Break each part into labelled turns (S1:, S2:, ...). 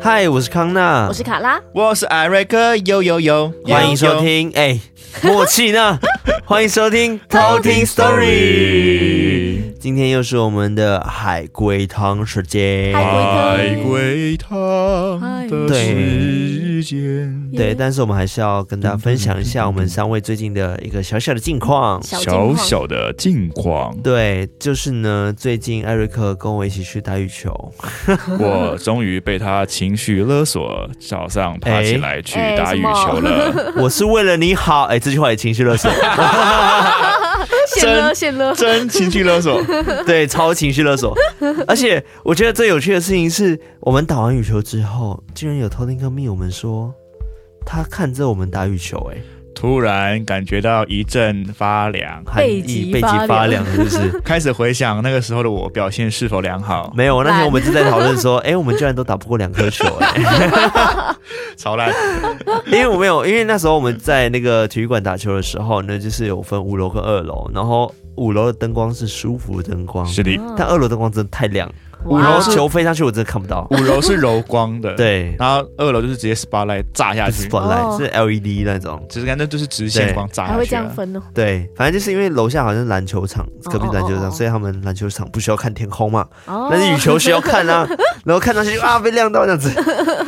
S1: 嗨，我是康娜
S2: 我，是卡拉，
S3: 我是艾瑞克，呦呦呦，
S1: 欢迎收听。哎，默契呢？欢迎收听偷听 Story。今天又是我们的海龟汤时间。
S2: 海龟
S3: 海龟汤的时间，
S1: 对，但是我们还是要跟大家分享一下我们三位最近的一个小小的近况。
S2: 金矿
S3: 小小的近 况，
S1: 对，就是呢，最近艾瑞克跟我一起去打羽球，
S3: 我终于被他情绪勒索，早上爬起来去
S2: 哎
S3: 打羽球 了。
S1: 我是为了你好。哎，这句话也情绪勒索，
S2: 谢了谢了，
S3: 真情绪勒索，
S1: 对，超情绪勒索。而且我觉得最有趣的事情是，我们打完羽球之后，竟然有偷听哥密我们说，他看着我们打羽球、哎，
S3: 突然感觉到一阵发凉，
S1: 寒
S2: 背
S1: 意
S2: 脊
S1: 背脊
S2: 发
S1: 发凉
S2: 凉，
S1: 是不 是？
S3: 开始回想那个时候的我表现是否良好，
S1: 没有，那天
S2: 烂
S1: 我们正在讨论说，哎、我们居然都打不过两颗球、哎，
S3: 超烂。
S1: 因为我没有，因为那时候我们在那个体育馆打球的时候呢，就是有分五楼跟二楼，然后五楼的灯光是舒服的灯光，
S3: 是的，
S1: 但二楼灯光真的太亮，
S2: 嗯哇
S1: 然后球飞上去我真的看不到。
S3: 五楼是柔光的，，
S1: 对
S3: 然后二楼就是直接 spotlight 炸下去，
S1: ，spotlight
S2: 哦
S1: 是 LED 那种，
S3: 其实感觉就是直线光炸
S2: 还
S3: 下
S2: 会
S3: 去啊
S2: 这样
S3: 了。
S2: 分哦，
S1: 对，反正就是因为楼下好像是篮球场，
S2: 哦
S1: 隔壁篮球
S2: 哦
S1: 场，
S2: 哦哦
S1: 所以他们篮球场不需要看天空嘛，
S2: 哦
S1: 但是羽球需要看 啊，然后看上去就啊被亮到这样子，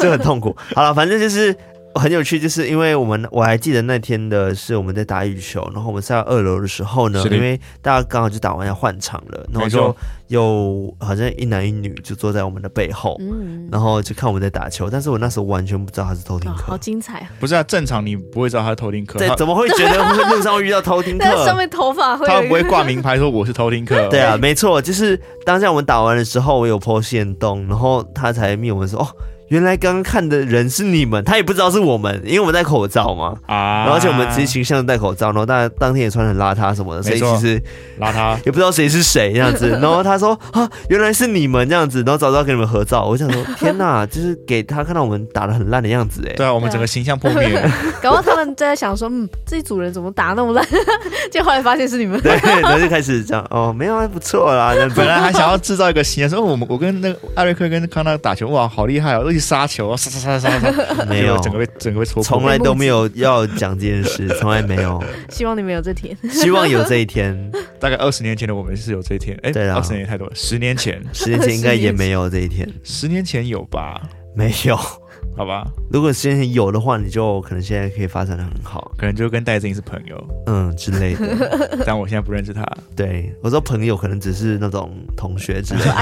S1: 就很痛苦。好了，反正就是。很有趣，就是因为我们我还记得那天的是我们在打羽球，然后我们上二楼的时候呢，
S3: 是的
S1: 因为大家刚好就打完要换场了，然后
S3: 没错
S1: 就有好像一男一女就坐在我们的背后，
S2: 嗯，
S1: 然后就看我们在打球，但是我那时候完全不知道他是偷听
S2: 哦
S1: 课，
S2: 好精彩啊！
S3: 不是啊，正常你不会知道他是偷听客，
S1: 对，
S3: 他
S1: 怎么会觉得会路上会遇到偷 听
S2: 但上
S1: 课？
S2: 面头发会
S3: 他
S2: 有
S3: 们
S2: 一
S3: 不会
S2: 个
S3: 挂名牌说我是偷听 客。
S1: 对啊，没错，就是当下我们打完的时候，我有破线洞，然后他才密我们说，哦，原来刚刚看的人是你们，他也不知道是我们，因为我们戴口罩嘛，
S3: 啊，
S1: 然后而且我们其实形象都戴口罩，然后大家当天也穿得很邋遢什么的，所以
S3: 没错
S1: 其实
S3: 拉他，
S1: 也不知道谁是谁这样 子。然后他说啊，原来是你们这样子，然后早知道给你们合照，我想说天哪，就是给他看到我们打得很烂的样子，哎，
S3: 对啊，我们整个形象破 灭。
S1: 啊
S2: 搞不好他们在想说，嗯，这一组人怎么打那么烂？ 结果后来发现是你们，
S1: 对，然后就开始这样，哦，没有啊，不错啦， 这样子
S3: 本。来还想要制造一个形象，说哦我们我跟那个艾瑞克跟康纳打球，哇，好厉害哦，一起杀球，杀杀杀杀杀，
S1: 没有
S3: 结果整个被整个被戳
S1: 从
S3: 破。
S1: 来都没有 要讲这件事，从来没有。
S2: 希望你们有这天。
S1: 希望有这一天，
S3: 大概二十年前的我们是有这一天，哎，
S1: 对啊
S3: 二十年也太多了，十年前，
S1: 十年前应该也没有这一天，
S3: 十年前有吧？
S1: 没有。
S3: 好吧，
S1: 如果十年前有的话，你就可能现在可以发展的很好，
S3: 可能就跟戴志颖是朋友，
S1: 嗯之类 的。
S3: 但我现在不认识他。
S1: 对我说朋友，可能只是那种同学之类 的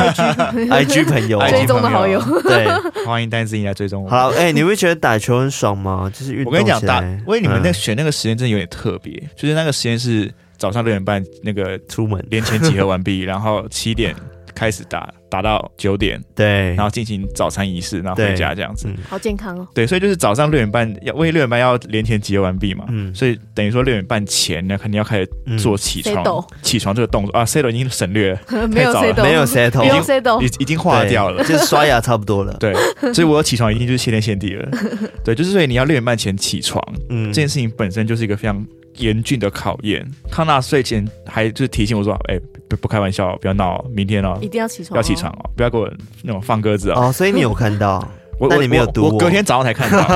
S1: ，IG 朋 友。
S2: 追
S3: IG
S2: 踪的好友
S1: 对，
S3: 欢迎戴志颖来追踪我们。
S1: 好了，哎、你会觉得打球很爽吗？就是运
S3: 我
S1: 动
S3: 跟你讲，
S1: 起
S3: 打
S1: 来，
S3: 因为你们那
S1: 嗯
S3: 选那个时间真的有点特别，就是那个时间是早上六点半那个
S1: 出门，
S3: 年前集合完毕， 然后七点开始打，打到九点，
S1: 对，
S3: 然后进行早餐仪式，然后回家这样子。
S1: 嗯
S2: 好健康哦，
S3: 对，所以就是早上六点半要，因为六点半要年前集合完毕嘛，
S1: 嗯
S3: 所以等于说六点半前呢，肯定要开始
S1: 嗯
S3: 做起床、
S2: settle
S3: 起床这个动作啊 s e t 已经省略了，
S2: 没有
S3: 太早了
S2: C 斗，
S1: 没有
S2: 不
S1: settle，
S2: 用 C 斗
S3: 已，已经化掉了。
S1: 就是刷牙差不多了。
S3: 对，所以我起床一定就是谢天谢地了。对，就是所以你要六点半前起床，
S1: 嗯
S3: 这件事情本身就是一个非常严峻的考验。康纳睡前还就是提醒我说：“哎、不不开玩笑哦，不要闹哦，明天哦
S2: 一定要起床，
S3: 要起床，哦，不要给我那种放鸽子哦。
S1: 哦，所以你有看 到，
S3: 我
S1: 但
S3: 我
S1: 你没有读
S3: 我，
S1: 我
S3: 我隔天早上才看到，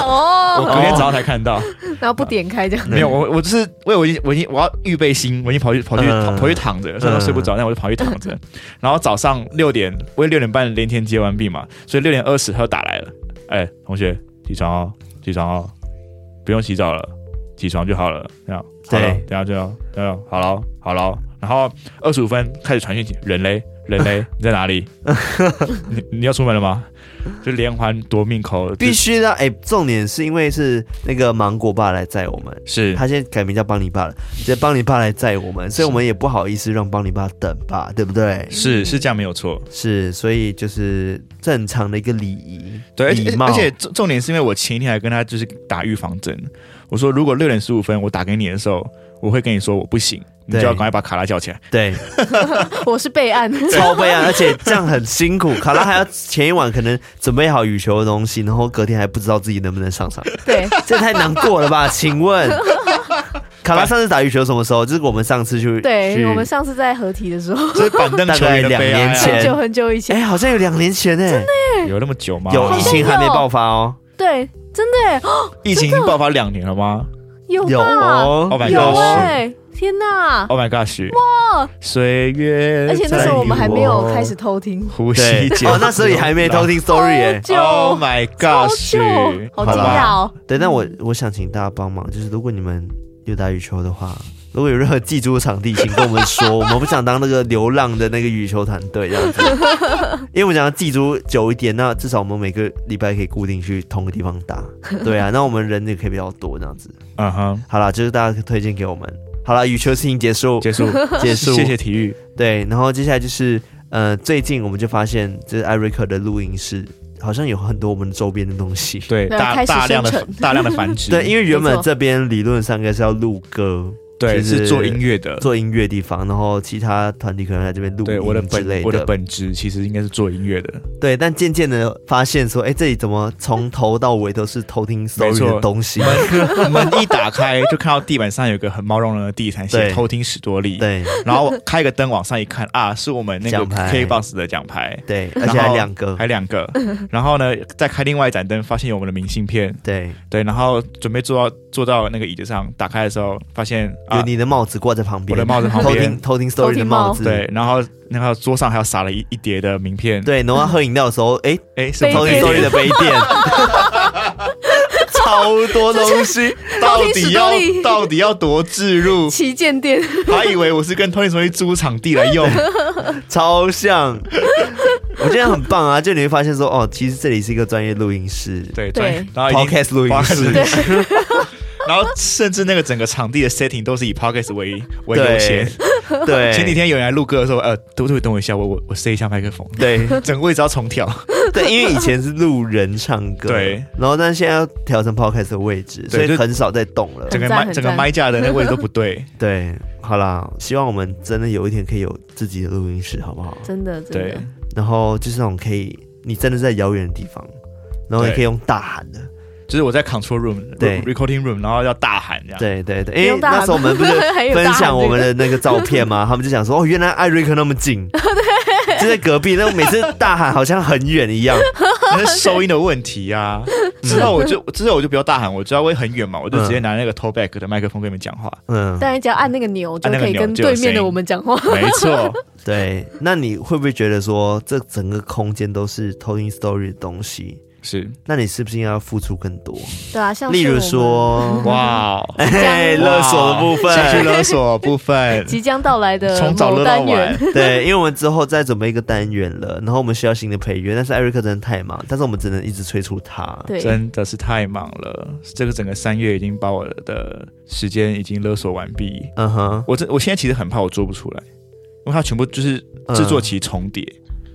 S2: 哦，
S3: 我隔天早上才啊看到，
S2: 然后不点开这样，
S1: 嗯
S3: 没有我我就是因为我已经我已经我要预备心，我已经跑去跑去
S1: 嗯
S3: 跑去躺着，虽然说睡不着，但我就跑去躺着。然后早上六点，我六点半连天接完毕嘛，所以六点二十他就打来了，哎，同学起床哦，起床哦，不用洗澡了，起床就好了，这样，好了
S1: 对，
S3: 这样就要这样，好了哦好了，然后二十五分开始传讯息，人嘞人嘞，你在 哪里？你你要出门了吗？就连环夺命扣，
S1: 必须的。哎、重点是因为是那个芒果爸来载我们，
S3: 是
S1: 他现在改名叫邦尼爸了，这邦尼爸来载我们，所以我们也不好意思让邦尼爸等吧，对不对？
S3: 是是这样没有错。
S1: 是，所以就是正常的一个礼仪，
S3: 对，而且
S1: 礼貌，
S3: 而且重重点是因为我前一天还跟他就是打预防针，我说如果六点十五分我打给你的时候，我会跟你说我不行，你
S1: 对
S3: 就要赶快把卡拉叫起来。
S1: 对，
S2: 我是备案，
S1: 超悲哀，而且这样很辛苦。卡拉还要前一晚可能准备好羽球的东西， 然后隔天还不知道自己能不能上场，
S2: 对，
S1: 这太难过了吧？请问，卡拉上次打羽球什么时候？就是我们上次去，
S2: 对
S1: 去
S2: 我们上次在合体的时候，
S3: 这是板凳球员
S1: 大概
S3: 的悲哀、
S1: 两年
S3: 啊。
S2: 很
S1: 前
S2: 久很久以前，
S1: 哎，好像有两年前呢，
S3: 有那么久吗？
S1: 有
S2: 好
S1: 疫
S2: 像
S1: 情还没
S2: 有
S1: 爆发哦，
S2: 对，真的耶
S3: 疫情已经爆发两年了吗
S2: 有
S1: 有
S2: 吧？
S1: 哦
S3: Oh my
S2: 有
S3: gosh
S2: 哎，天哪！
S3: ？Oh my gosh！哇，岁月
S2: 而且那时候我们还没有开始
S3: 在
S2: 偷听
S3: 与我， 呼
S1: 对
S3: 吸间，
S1: 哦，那时候 也还没偷。听 story 哎
S2: 好。久
S3: Oh my
S2: 好
S3: gosh！
S2: 久，好惊
S1: 好
S2: 讶
S1: 啦
S2: 哦！
S1: 对，但我我想请大家帮忙，就是如果你们有打羽球的话，如果有任何寄租场地，请跟我们 说，我们不想当那个流浪的那个羽球团队这样子，因为我们想要寄租久一点，那至少我们每个礼拜可以固定去同个地方打，对啊，那我们人也可以比较多这样子。
S3: 嗯哼，
S1: 好啦，就是大家推荐给我们。好啦，羽球事情结束，
S3: 结束，
S1: 结束，
S3: 谢谢体育。
S1: 对，然后接下来就是呃，最近我们就发现，就是艾瑞克的录音室好像有很多我们周边的东西。
S3: 对，
S2: 对
S3: 大
S2: 开始
S3: 大量的
S2: 生成
S3: 大量的繁殖，
S1: 对，因
S3: 为
S1: 为原
S2: 没
S1: 本
S2: 错
S1: 这边理论上应该是要录歌、
S3: 对
S1: 就是
S3: 是做音乐的。
S1: 做音乐的地方，然后其他团体可能来这边录
S3: 对我的
S1: 音之
S3: 本
S1: 类
S3: 我的
S1: 的。
S3: 本职其实应该是做音乐 的，
S1: 对，但渐渐的发现说，哎，这里怎么从头到尾都是偷听 story
S3: 错
S1: 的东西？
S3: 门一打开就看到地板上有个很毛茸茸的地毯，写
S1: 对
S3: “偷听史多利”，
S1: 对
S3: 然后开个灯往上一看啊，是我们那个
S1: 奖牌
S3: KBox 的奖牌，
S1: 对，而
S3: 然后
S1: 且还两个，
S3: 还两 个。然后呢，再开另外一盏灯，发现有我们的明信片，
S1: 对，
S3: 对，然后准备坐到坐到那个椅子上，打开的时候发现
S1: 有
S3: 啊，
S1: 你的帽子挂在旁边，
S3: 我的帽子旁
S1: 偷
S3: 边
S1: 听，偷听
S2: 偷
S1: story
S2: 听
S1: 的帽
S2: 帽
S1: 子，
S3: 对，然后那个桌上还有撒了一一叠的名片，，
S1: 对，然后喝饮料的时候， 哎，
S3: 哎，是
S1: 偷
S3: 偷
S1: 听
S3: 听
S1: story 的杯垫，超多东西，
S3: 到
S2: 偷听
S3: 底
S2: 史
S3: 要
S2: 多利
S3: 到底要多置入？
S2: 旗舰店，
S3: 还以为我是跟 Tony 同学租场地来 用，
S1: 超像。我觉得很棒啊！就你会发现说，哦，其实这里是一个专业录音室
S3: 对
S2: 对
S3: 专然后已经
S1: ，podcast 录音
S3: podcast
S1: 室，
S3: 录音室，然后甚至那个整个场地的 setting 都是以 podcast 为为优先
S1: 对。对，
S3: 前几天有人来录歌的时候，呃，都会等我一下，我我我塞一下麦克风，
S1: 对
S3: 整个位置要重调。
S1: 对，因为以前是录人唱歌，
S3: 对，
S1: 然后但是现在要调成 podcast 的位置，所
S3: 对
S1: 以
S3: 就
S1: 很少在动了。
S3: 整个
S2: 很赞
S3: 麦
S2: 很
S3: 整个
S2: 赞
S3: 麦架的那个位置都不对。
S1: 对，好啦，希望我们真的有一天可以有自己的录音室，好不好？
S2: 真的真
S3: 对
S2: 的，
S1: 然后就是那种可以，你真的在遥远的地方，然后也
S3: 对
S1: 可以用大喊的。
S3: 就是我在 control room，
S1: 对
S3: recording room，然后要大喊这样。
S1: 对对对，
S2: 不
S1: 因为
S2: 用大喊
S1: 那时候我们 不是
S2: 还有大
S1: 分
S2: 喊
S1: 享我们
S2: 这
S1: 的那个照片 嘛，他们就讲说哦，原来艾瑞克那么近，就在隔壁，那每次大喊好像很远一样。
S3: 那是收音的问题啊。之后我就之后我就不要大喊，我知道会很远嘛，我就直接拿那个 t o b a c k 的麦克风跟你们讲话。
S1: 嗯，
S2: 但你只要按那个钮，就
S3: 按那个
S2: 可以
S3: 钮
S2: 跟
S3: 就有
S2: 对面
S3: 声
S2: 的
S3: 音
S2: 我们讲话。
S3: 没错，
S1: 对。那你会不会觉得说这整个空间都是偷听 story 的东西？
S3: 是
S1: 那你是不是应该要付出更多？
S2: 对啊，像是
S1: 例如
S2: 我们
S1: 说，
S3: 哇哦，
S1: 嘿，勒索的部
S3: 哇情
S1: 分，
S3: 绪勒索部分，
S2: 即将到来的
S3: 从早
S2: 某
S3: 勒到
S2: 单
S3: 晚
S2: 元，。
S1: 对，因为我们之后再准备一个单元了，然后我们需要新的配乐，但是艾瑞克真的太忙，但是我们只能一直催促他。
S2: 对，
S3: 真的是太忙了，这个整个三月已经把我的时间已经勒索完毕。
S1: 嗯哼，
S3: 我这我现在其实很怕我做不出来，因为它全部就是制作期重叠。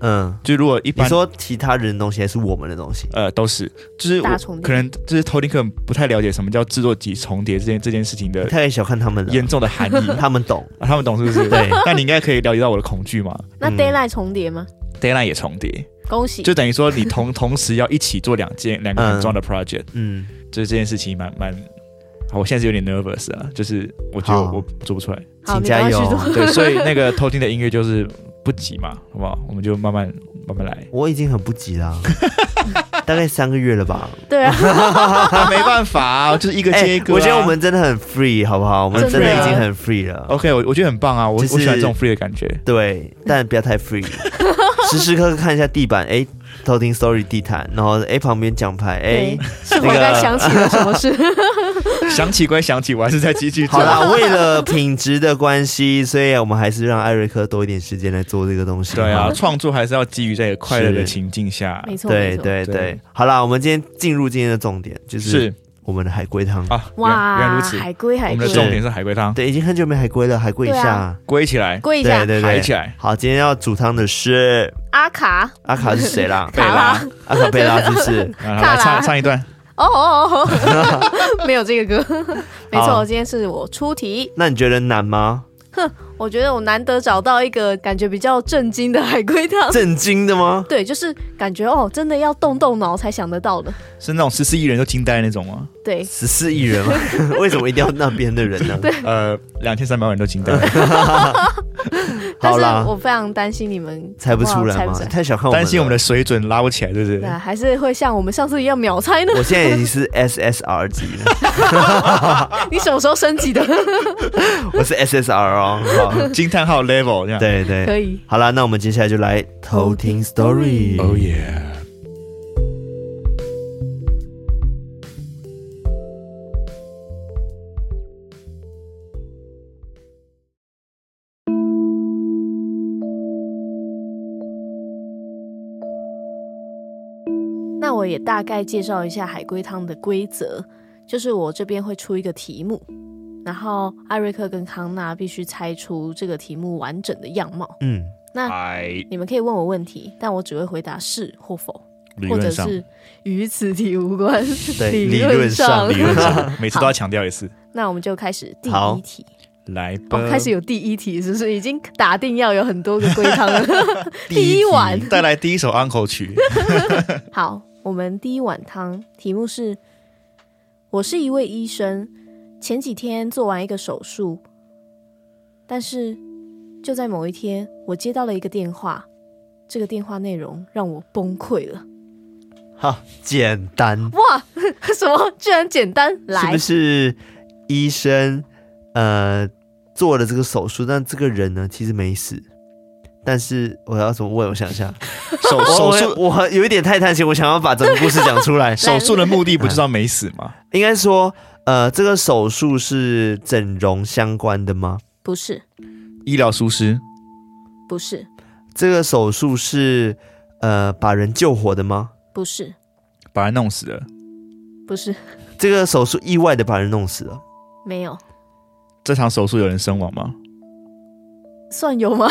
S1: 嗯，
S3: 就如果一
S1: 你
S3: 般
S1: 说其他人的东西还是我们的东西？
S3: 呃都是，就是
S2: 大
S3: 我
S2: 重叠
S3: 可能就是头顶可能不太了解什么叫制作期重叠这件这件事情的
S1: 太小看他们了，
S3: 严重的含义。
S1: 他们懂。
S3: 啊他们懂是不是？
S1: 对，
S3: 那你应该可以了解到我的恐惧嘛。
S2: 那
S1: 嗯
S2: d a y l i g h t 重叠吗？
S3: Deadline 也重叠，
S2: 恭喜，
S3: 就等于说你同同时要一起做两件两个很重要的 project，、
S1: 嗯，
S3: 就是这件事情蛮蛮。好，我现在是有点 nervous 啊，就是我觉得
S1: 好
S3: 我我做不出来。
S2: 好
S1: 请
S2: 你
S1: 加
S2: 赶快
S1: 油。
S2: 去。做
S3: 对，所以那个偷听的音乐就是不急嘛，好不好？我们就慢慢慢慢来
S1: 我已经很不急 啦，大概三个月了吧。
S2: 对啊，
S3: 啊，没办法、啊，就是一个接一个
S1: 哎
S3: 啊、
S1: 我觉得我们真的很 free，好不好？我们真
S2: 真
S1: 的
S2: 的啊
S1: 已经很 free 了。
S3: OK，我我觉得很棒啊，我、
S1: 就是
S3: 我喜欢这种 free 的感 觉。
S1: 对，但不要太 free，时时刻刻看一下地板，哎，偷听 story 地毯，然后哎旁边奖牌，哎
S2: 对，，是否
S1: 那个
S2: 该想起了什么事？
S3: 想起归想起，我还是在继续
S1: 好
S3: 做。
S1: 啦，为了品质的关系，所以我们还是让艾瑞克多一点时间来做这个东西。
S3: 对啊
S1: 好，，
S3: 创作还是要基于在一个快乐的
S1: 是
S3: 情境下。
S2: 没错，
S1: 对
S2: 没错，
S1: 对对
S3: 对。
S1: 好啦，我们今天进入今天的重点，就是
S3: 是
S1: 我们的海龟汤。
S3: 啊，原原
S2: 哇，
S3: 如此。
S2: 海龟海
S3: 我们
S2: 龟
S3: 的，重点是海龟汤，
S1: 对，已经很久没海龟了，海龟一
S2: 对
S1: 下
S2: 啊。
S3: 归起 来，
S2: 跪一
S1: 对
S2: 下，
S1: 对
S3: 海
S1: 对，
S3: 起来。
S1: 好，今天要煮汤的是
S2: 阿卡
S1: 阿卡是谁 啦？
S3: 贝拉
S2: 卡拉，
S1: 阿卡贝拉是不 是？
S3: 啊来
S2: 卡
S3: 唱
S2: 拉
S3: 唱一段，
S2: 哦哦 哦，哦没有这个歌，没
S1: 好
S2: 错，今天是我出题，
S1: 那你觉得难吗？
S2: 我觉得我难得找到一个感觉比较震惊的海龟汤。
S1: 震惊的吗？
S2: 对，就是感觉哦，真的要动动脑才想得到的。
S3: 是那种十四亿人都惊呆那种吗？
S2: 对，
S1: 十四亿人吗？ 为什么一定要那边的 人呢？
S3: 呃，两千三百万人都惊呆，
S2: 但
S1: 好
S2: 是
S1: 啦
S2: 我非常担心你们
S1: 猜不出
S2: 猜
S1: 来
S2: 不
S1: 吗
S2: 出？来。
S1: 太小看我们，
S3: 担心我们的。水准拉不起来，对不
S2: 对
S3: 对
S2: 啊，？还是会像我们上次一样秒 猜呢？
S1: 我现在已经是 SSR 级了，
S2: 你什么时候升 级的？
S1: 我是 SSR 哦。好
S3: 惊叹号 level 这样。
S1: 对对，
S2: 可以。
S1: 好啦，那我们接下来就来偷听 story。
S3: ，Oh yeah。
S2: 那我也大概介绍一下海龟汤的规则，就是我这边会出一个题目，然后艾瑞克跟康纳必须猜出这个题目完整的样貌。
S1: 嗯，
S2: 那
S3: 哎，
S2: 你们可以问我问题，但我只会回答是或否，
S3: 理
S2: 或者
S3: 论上，
S2: 是与此题无关。
S1: 对，
S2: 理
S1: 理
S2: 论
S1: 论上
S2: 上
S3: 理论上，每次都要强调一次。
S2: 那我们就开始第
S1: 好
S2: 一题。
S3: 来吧
S2: 哦，，开始有第一题，是不是已经打定要有很多个龟汤了？第一
S1: 题
S2: 碗
S3: 带来第一首 uncle 曲，
S2: 好，我们第一碗汤题目是：我是一位医生，前几天做完一个手术，但是就在某一天，我接到了一个电话，这个电话内容让我崩溃了。
S1: 好简单，
S2: 哇，什么？居然简单
S1: 是
S2: 来
S1: 不？是医生呃做了这个手术，但这个人呢其实没死。但是我要怎么问？我想一下，
S3: 手手
S1: 我
S3: 术
S1: 我我有一点太贪心，我想要把整个故事讲出 来。
S3: 手术的目的不知道没死吗？
S1: 应该说，呃，这个手术是整容相关的吗？
S2: 不是，
S3: 医疗疏失，
S2: 不是，
S1: 这个手术是呃把人救活的吗？
S2: 不是，
S3: 把人弄死了，
S2: 不是，
S1: 这个手术意外的把人弄死了，
S2: 没有，
S3: 这场手术有人身亡 吗？
S2: 算有吗？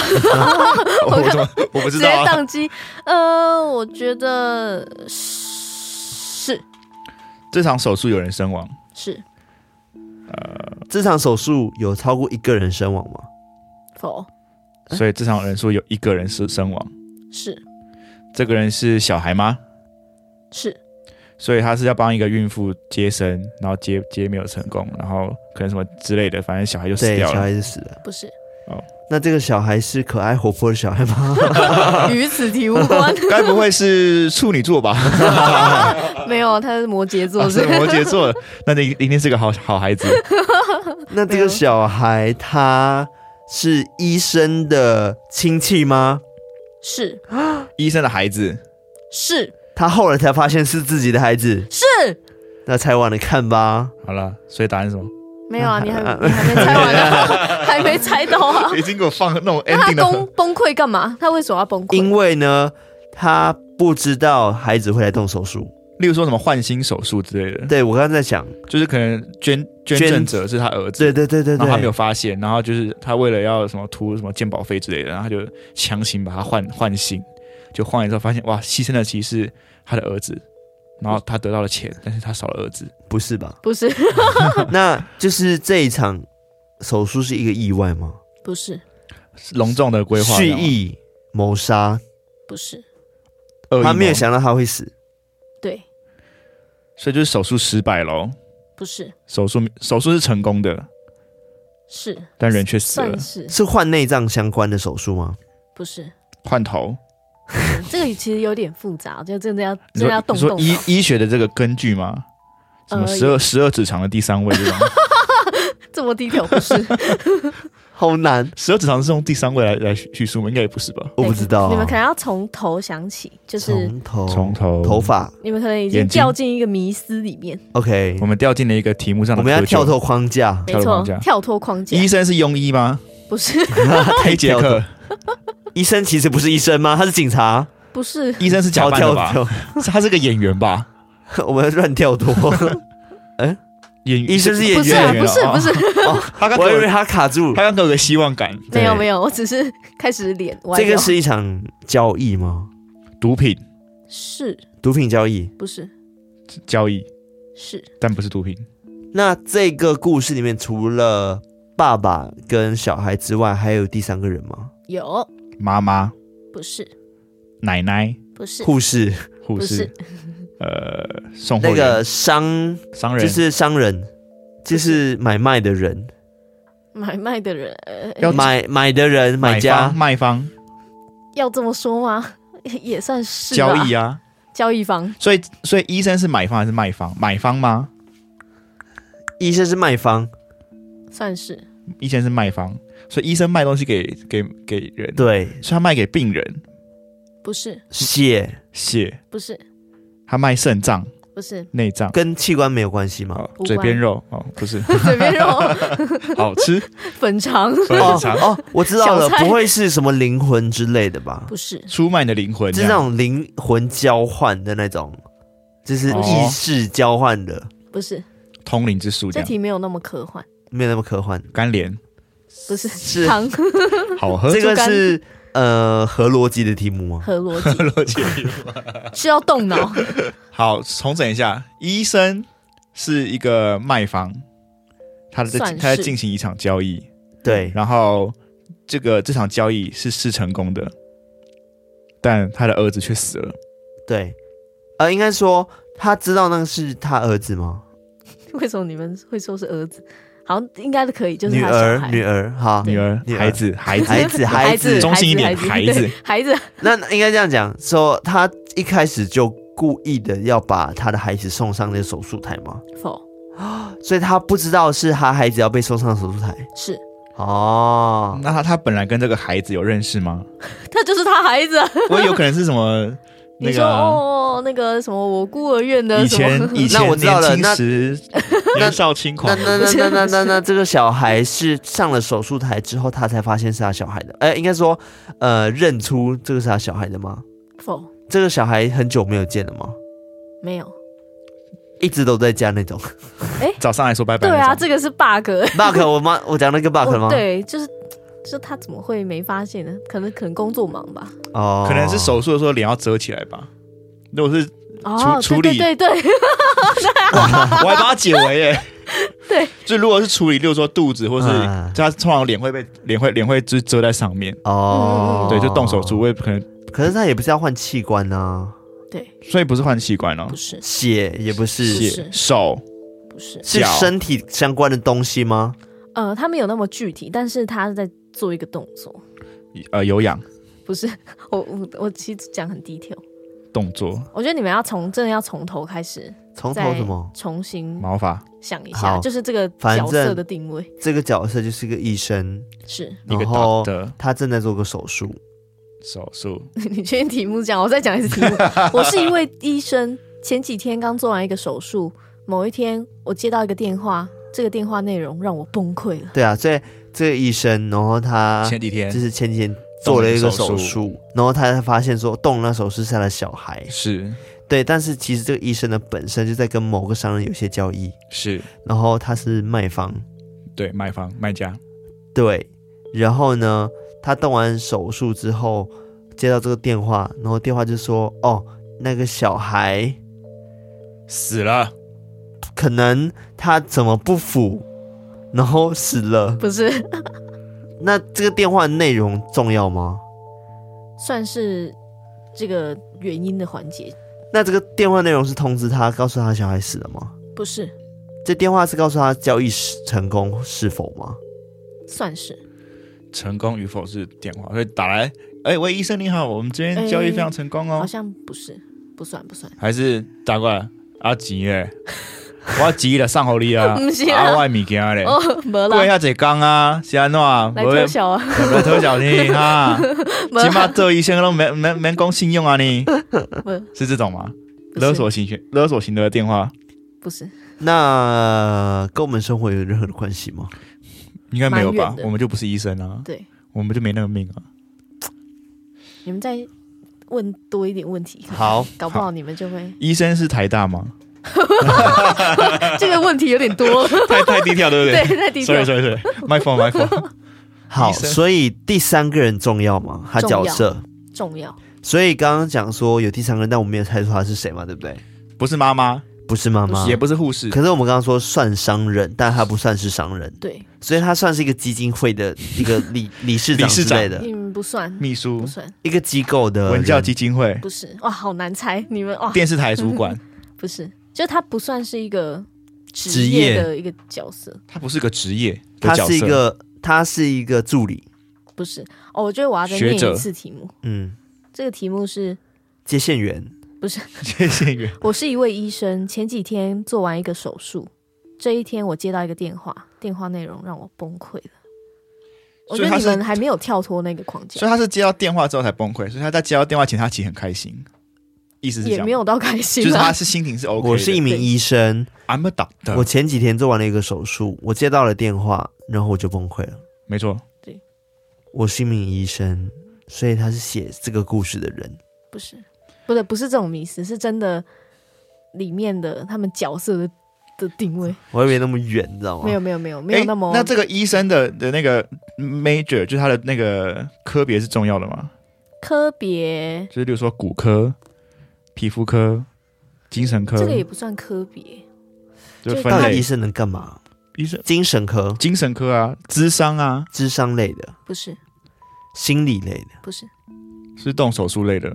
S3: 我我怎么我不
S2: 直
S3: 知
S2: 接
S3: 道啊？
S2: 宕机。呃，我觉得是
S3: 这场手术有人身亡，
S2: 是
S1: 这场手术有超过一个人身亡吗？
S2: 否
S3: 所以这场人数有一个人是身亡。
S2: 是
S3: 这个人是小孩吗？
S2: 是
S3: 所以他是要帮一个孕妇接生，然后接接没有成功，然后可能什么之类的，反正小孩就死
S1: 对，
S3: 掉
S1: 小
S3: 了。
S1: 孩是死了。
S2: 不 是？
S1: 那这个小孩是可爱活泼的小孩吗？
S2: 与此题无关。
S3: 该不会是处女座吧？
S2: 没有，他是摩羯座，
S3: 啊
S2: 是
S3: 是摩羯座，那你一定是个好好孩子。
S1: 那这个小孩他是医生的亲戚吗？
S2: 是
S3: 医生的孩子，
S2: 是
S1: 他后来才发现是自己的孩子，
S2: 是，
S1: 那猜完了看吧。
S3: 好了，所以答案是什么？
S2: 没有啊， 你还你还没猜完啊，还没猜到啊。
S3: 已经给我放那种
S2: 那他
S3: ending
S2: 崩
S3: 的，
S2: 崩溃干嘛？他为什么要崩溃？
S1: 因为呢，他不知道孩子会来动手术。
S3: 例如说什么换心手术之类的，
S1: 对我刚刚在想，
S3: 就是可能捐捐
S1: 捐
S3: 赠者是他儿子，
S1: 对对对对
S3: 然哦后他没
S1: 对
S3: 有，发现，然后就是他为了要什么图什么鉴保费之类的，然后他就强行把他换换心，就换了之后发现哇，牺牲的其实是他的儿子，然后他得到了钱，但是他少了儿子，
S1: 不是吧？
S2: 不是
S1: 那就是这一场手术是一个意外吗？
S2: 不是
S3: 隆重的规划
S1: 蓄意谋杀，
S2: 不是，
S3: 恶意
S1: 他没有
S3: 谋
S1: 想到他会死。
S2: 对，
S3: 所以就是手术失败喽，
S2: 不是
S3: 手术手术是成功的，
S2: 是
S3: 但人却死了
S2: 算，是
S1: 是换内脏相关的手术吗？
S2: 不是？
S3: 换头。
S2: 嗯这个其实有点复杂，就真的要
S3: 你
S2: 真的要
S3: 说
S2: 动
S3: 你
S2: 动
S3: 说医
S2: 脑。
S3: 医学的这个根据吗？什么
S2: 呃
S3: 十二十二指肠的第三位这 种？
S2: 这么低调不 是？
S1: 好难，
S3: 十二指肠是用第三位来来叙述吗？应该也不是吧？
S1: 我不知道啊、
S2: 你们可能要从头想起，就是
S1: 从头
S3: 从头
S1: 头发
S2: 你们可能已
S3: 眼
S2: 经
S3: 睛
S2: 掉进一个迷思里面，
S1: ，OK，
S3: 我们掉进了一个题目上的
S1: 我们要
S3: 窠臼
S1: 跳脱框 架。
S2: 没
S3: 跳脱
S2: 错
S3: 框架，
S2: 跳脱框架
S3: 医生是庸医吗？
S2: 不是
S3: 黑杰
S1: 跳
S3: 克，
S1: 医生其实不是医生吗？他是警察，
S2: 不是
S3: 医生是假
S1: 好
S3: 扮的
S1: 跳
S3: 吧？
S1: 脱，
S3: 他是个演员吧？
S1: 我们乱跳 脱。
S3: 演
S1: 医生是演
S2: 不是啊
S1: 员
S2: 不是
S3: 哦
S2: 不是
S3: 他刚给
S1: 我以
S3: 我
S1: 为他卡住
S3: 他。刚给我个希望感，
S2: 没有
S1: 对
S2: 没有，我只是开始脸歪
S1: 这
S2: 掉。
S1: 个是一场交易吗？
S3: 毒品
S2: 是
S1: 毒品交易？
S2: 不是
S3: 交易，
S2: 是
S3: 但不是毒品，
S1: 那这个故事里面除了爸爸跟小孩之外，还有第三个人吗？
S2: 有，
S3: 妈妈、
S2: 不是，
S3: 奶奶、
S2: 不是，
S1: 护士，
S3: 护
S2: 不
S3: 士
S2: 是，，
S3: 呃，送货
S1: 那
S3: 员、
S1: 个商
S3: 商人，
S1: 就是商人，就是买卖的人，
S2: 买卖的人、呃
S3: 要
S1: 买买的人，买
S3: 买
S1: 家
S3: 方、，卖方、
S2: 要这么说吗？ 也算是
S3: 交
S2: 吧
S3: 易啊。
S2: 交易方，
S3: 所以，所以医生是买方还是卖方？买方吗？
S1: 医生是卖方，
S2: 算是
S3: 医生是卖方，所以医生卖东西给给给人，
S1: 对，
S3: 所以他卖给病人
S2: 不是，
S1: 血
S3: 血，
S2: 不是，
S3: 他卖肾脏、
S2: 不是，
S3: 内脏、
S1: 跟器官没有关系吗？
S3: 哦
S2: 无关
S3: 嘴边肉哦，不是
S2: 嘴边肉、
S3: 好吃，
S2: 粉肠，
S3: 所以
S1: 哦
S3: 很长
S1: 哦，我知道了，
S2: 小菜
S1: 不会是什么灵魂之类的吧？
S2: 不是，
S3: 出卖你的灵魂
S1: 就
S3: 这
S1: 是那
S3: 样，
S1: 种灵魂交换的那种，就是
S3: 哦
S1: 意识交换的，
S2: 不是，
S3: 通灵之术这
S2: 这
S3: 样，
S2: 题没有那么科幻，
S1: 没有那么科幻。
S3: 干莲
S2: 不是
S1: 是
S2: 汤
S3: 好喝
S1: 这个
S2: 猪肝
S1: 是呃合逻辑的题目吗？
S2: 和逻 辑
S3: 逻辑。
S2: 是要动脑，
S3: 好，重整一下，医生是一个卖方，他在
S2: 算是
S3: 他在进行一场交易，
S1: 对，
S2: 嗯
S3: 然后这个这场交易是是成功的，但他的儿子却死了。
S1: 对，呃，应该说他知道那个是他儿子吗？
S2: 为什么你们会说是儿子？好，应该是可以，就是
S1: 女
S2: 他小
S1: 儿，女
S2: 孩。
S1: 儿，好，
S3: 女儿、
S1: 女儿
S3: 孩子、孩子，
S1: 孩子，孩
S2: 孩
S1: 子
S2: 子，
S3: 中性一点
S2: 孩子，对孩子，
S1: 那应该这样讲，说他一开始就故意的要把他的孩子送上那个手术台嘛，
S2: 否
S1: 所以他不知道是他孩子要被送上手术台。
S2: 是，嗯
S1: 哦，
S3: 那他他本来跟这个孩子有认识吗？
S2: 他就是他孩子啊。
S3: 我有可能是什么那
S2: 你说
S3: 个啊
S2: 哦，那个什么，我孤儿院的
S3: 以
S2: 什
S3: 前
S2: 么？
S3: 以前
S1: 那我知道了
S3: 年轻时年少轻
S1: 那
S3: 狂，
S1: 那那那那那 那这个小孩是上了手术台之后，他才发现是他小孩的。哎、应该说，呃，认出这个是他小孩的吗？
S2: 否
S1: 这个小孩很久没有见了吗？
S2: 没有。
S1: 一直都在家那种
S3: 早上来说拜拜
S2: 对
S3: 那种。
S2: 啊，这个是 bug 欸。
S1: bug，我妈我讲那个 bug
S2: 哦
S1: 吗？，
S2: 对，就是就是他怎么会没发现呢？可能可能工作忙吧。
S1: 哦，
S3: 可能是手术的时候脸要遮起来吧。如果是
S2: 哦，
S3: 处处
S2: 对
S3: 理
S2: 对对对，
S3: 我还帮他解围耶。
S2: 对，
S3: 就如果是处理，例如说肚子或是
S1: 嗯
S3: 就他通常脸会被脸会脸会就是遮在上面，
S1: 哦，
S3: 对，就动手术，。会可能
S1: 可是他也不是要换器官啊，
S2: 对，
S3: 所以不是换器官哦
S2: 不，是
S1: 血也不是，
S2: 是
S3: 血手
S2: 不是，
S1: 是
S3: 脚
S1: 身体相关的东西吗？
S2: 呃，他没有那么具体，但是他在做一个动作，
S3: 呃有氧
S2: 不是 我我我其实讲很 detail，
S3: 动作
S2: 我觉得你们要从真的要从头开始，
S1: 从头
S2: 再
S1: 什么？
S2: 重新
S3: 毛发
S2: 想一
S1: 好
S2: 下，就是这个
S1: 反
S2: 角色
S1: 正
S2: 的定位
S1: 这个角色就是个医生，
S2: 是。
S3: 一个
S1: 然后
S3: doctor
S1: 他正在做个手术，
S3: 手术，
S2: 你确定题目讲？我再讲一次题 目。我是一位医生，前几天刚做完一个手术，某一天我接到一个电话，这个电话内容让我崩溃了。
S1: 对啊，所以这个医生，然后他
S3: 前几天
S1: 就是前几天做了一个手
S3: 动了手
S1: 术，然后他才发现说动了那手术是他的小孩，
S3: 是
S1: 对，但是其实这个医生呢本身就在跟某个商人有些交易，
S3: 是
S1: 然后他是卖方，
S3: 对卖方卖家
S1: 对，然后呢，他动完手术之后接到这个电话，然后电话就说哦，那个小孩
S3: 死了，
S1: 可能他怎么不服，然后死了。
S2: 不是，
S1: 那这个电话内容重要吗？
S2: 算是这个原因的环节，
S1: 那这个电话内容是通知他，告诉他小孩死了吗？
S2: 不是，
S1: 这电话是告诉他交易是成功是否吗？
S2: 算是
S3: 成功与否是电话，所以打来，哎、喂医生你好，我们今
S2: 哎
S3: 天交易非常成功哦，
S2: 好像不是，不算不算，，
S3: 还是打过来阿吉嘞， 我要急了上好你 啊
S2: 不是啊
S3: 啊我的物件嘞，
S2: 哦，没
S3: 过
S2: 啦，
S3: 遐济工啊，是安怎样？
S2: 来
S3: 无要
S2: 偷小 啊，
S3: 来偷 小你哈，
S2: 没
S3: 起码
S2: 啦，
S3: 做医生都免免免讲信用啊你，
S2: 不
S3: 是这种吗？
S2: 不是
S3: 勒索型勒索型的电话
S2: 不是，
S1: 那跟我们生活有任何的关系吗？
S3: 应该没有
S2: 蛮
S3: 吧
S2: 远？的
S3: 我们就不是医生啊，
S2: 对，
S3: 我们就没那个命啊。
S2: 你们再问多一点问题，
S1: 好，
S2: 搞不好你们就会
S3: 医生是台大吗？
S2: 这个问题有点多了，
S3: 太太低调，对 不
S2: 对，
S3: 对？
S2: 太低调
S3: sorry。sorry sorry，my phone my phone，
S1: 好，
S3: 医生
S1: 所以第三个人重要吗？他
S2: 重
S1: 角
S2: 要
S1: 色，
S2: 重要，
S1: 所以刚刚讲说有第三个人，但我没有猜出他是谁嘛，对不对？
S3: 不是妈妈，
S1: 不是妈妈
S3: 也。不是护士，
S1: 可是我们刚刚说算商人，但他不算是商人，
S2: 对，
S1: 所以他算是一个基金会的一个理理事长
S3: 理事
S1: 之
S3: 长
S1: 类的，
S2: 嗯，不算，
S3: 秘书
S2: 不、算，
S1: 一个机构的
S3: 文教
S1: 人
S3: 基金会、
S2: 不是，哇，好难猜，你们哇，
S3: 电视台主 管，
S2: 不是，就他不算是一个
S1: 职
S2: 职
S1: 业
S2: 业的一个角色，
S3: 他不是个职业的
S1: 他
S3: 角色，
S1: 是一个他是一个助理，
S2: 不是。哦，我觉得我要再
S3: 学
S2: 念
S3: 者
S2: 一次题目，
S1: 嗯，
S2: 这个题目是
S1: 接线员，
S3: 接线员，
S2: 我是一位医生，前几天做完一个手术，这一天我接到一个电话，电话内容让我崩溃了。我
S3: 所以
S2: 觉
S3: 他
S2: 得
S3: 是
S2: 你们还没有跳脱那个框
S3: 所以
S2: 架，
S3: 他是接到电话之后才崩溃，所以他在接到电话前，他其实很开心，意思是这
S2: 也
S3: 样
S2: 没，有到开
S3: 就
S2: 心啊
S3: 是
S2: 啦
S3: 他。是心情 是 OK 的。
S1: 我是一名
S2: 对
S1: 医生，
S3: I'm a doctor，
S1: 我前几天做完了一个手术，我接到了电话，然后我就崩溃了。
S3: 没错，
S1: 我是一名医生，所以他是写这个故事的人，
S2: 不是，不是，不是这种迷思，是真的里面的他们角色的的定位，
S1: 我还以为那么远，你知道吗？
S2: 没有，没有，没有，没有
S3: 诶
S2: 那么。
S3: 那这个医生的的那个 major，就是他的那个科别是重要的吗？
S2: 科别，
S3: 就是例如说骨科、皮肤科、精神科，
S2: 这个也不算科别，
S3: 就
S2: 就
S3: 分
S1: 到底
S3: 类
S1: 医生能干嘛？
S3: 医生、
S1: 精神科、
S3: 精神科啊、智商啊，
S1: 智商类的、
S2: 不是，
S1: 心理类的、
S2: 不是，
S3: 是动手术类的。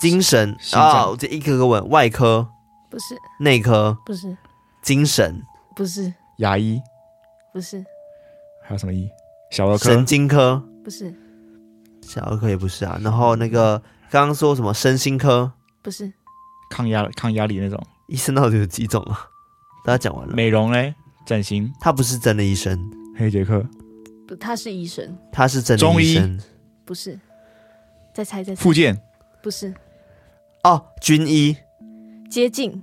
S1: 精神
S3: 心
S1: 啊，
S3: 脏
S1: 我这一个个问，外科、
S2: 不是，
S1: 内科、
S2: 不是，
S1: 精神、
S2: 不是，
S3: 牙医
S2: 不是，
S3: 还有什么医？小儿科
S1: 神、经科、
S2: 不是，
S1: 小儿科也不是啊。然后那个刚刚说什么身心科，
S2: 不是，
S3: 抗压抗压力那种。
S1: 医生到底有几种啊？大家讲完了，
S3: 美容嘞，整形、
S1: 他不是真的医生，
S3: 黑杰克、
S2: 不，他是医生，
S1: 他是真的
S3: 中
S1: 医
S3: 医
S1: 生
S2: 不是。再猜，再猜
S3: 复，健、
S2: 不是
S1: 哦，军医
S2: 接近，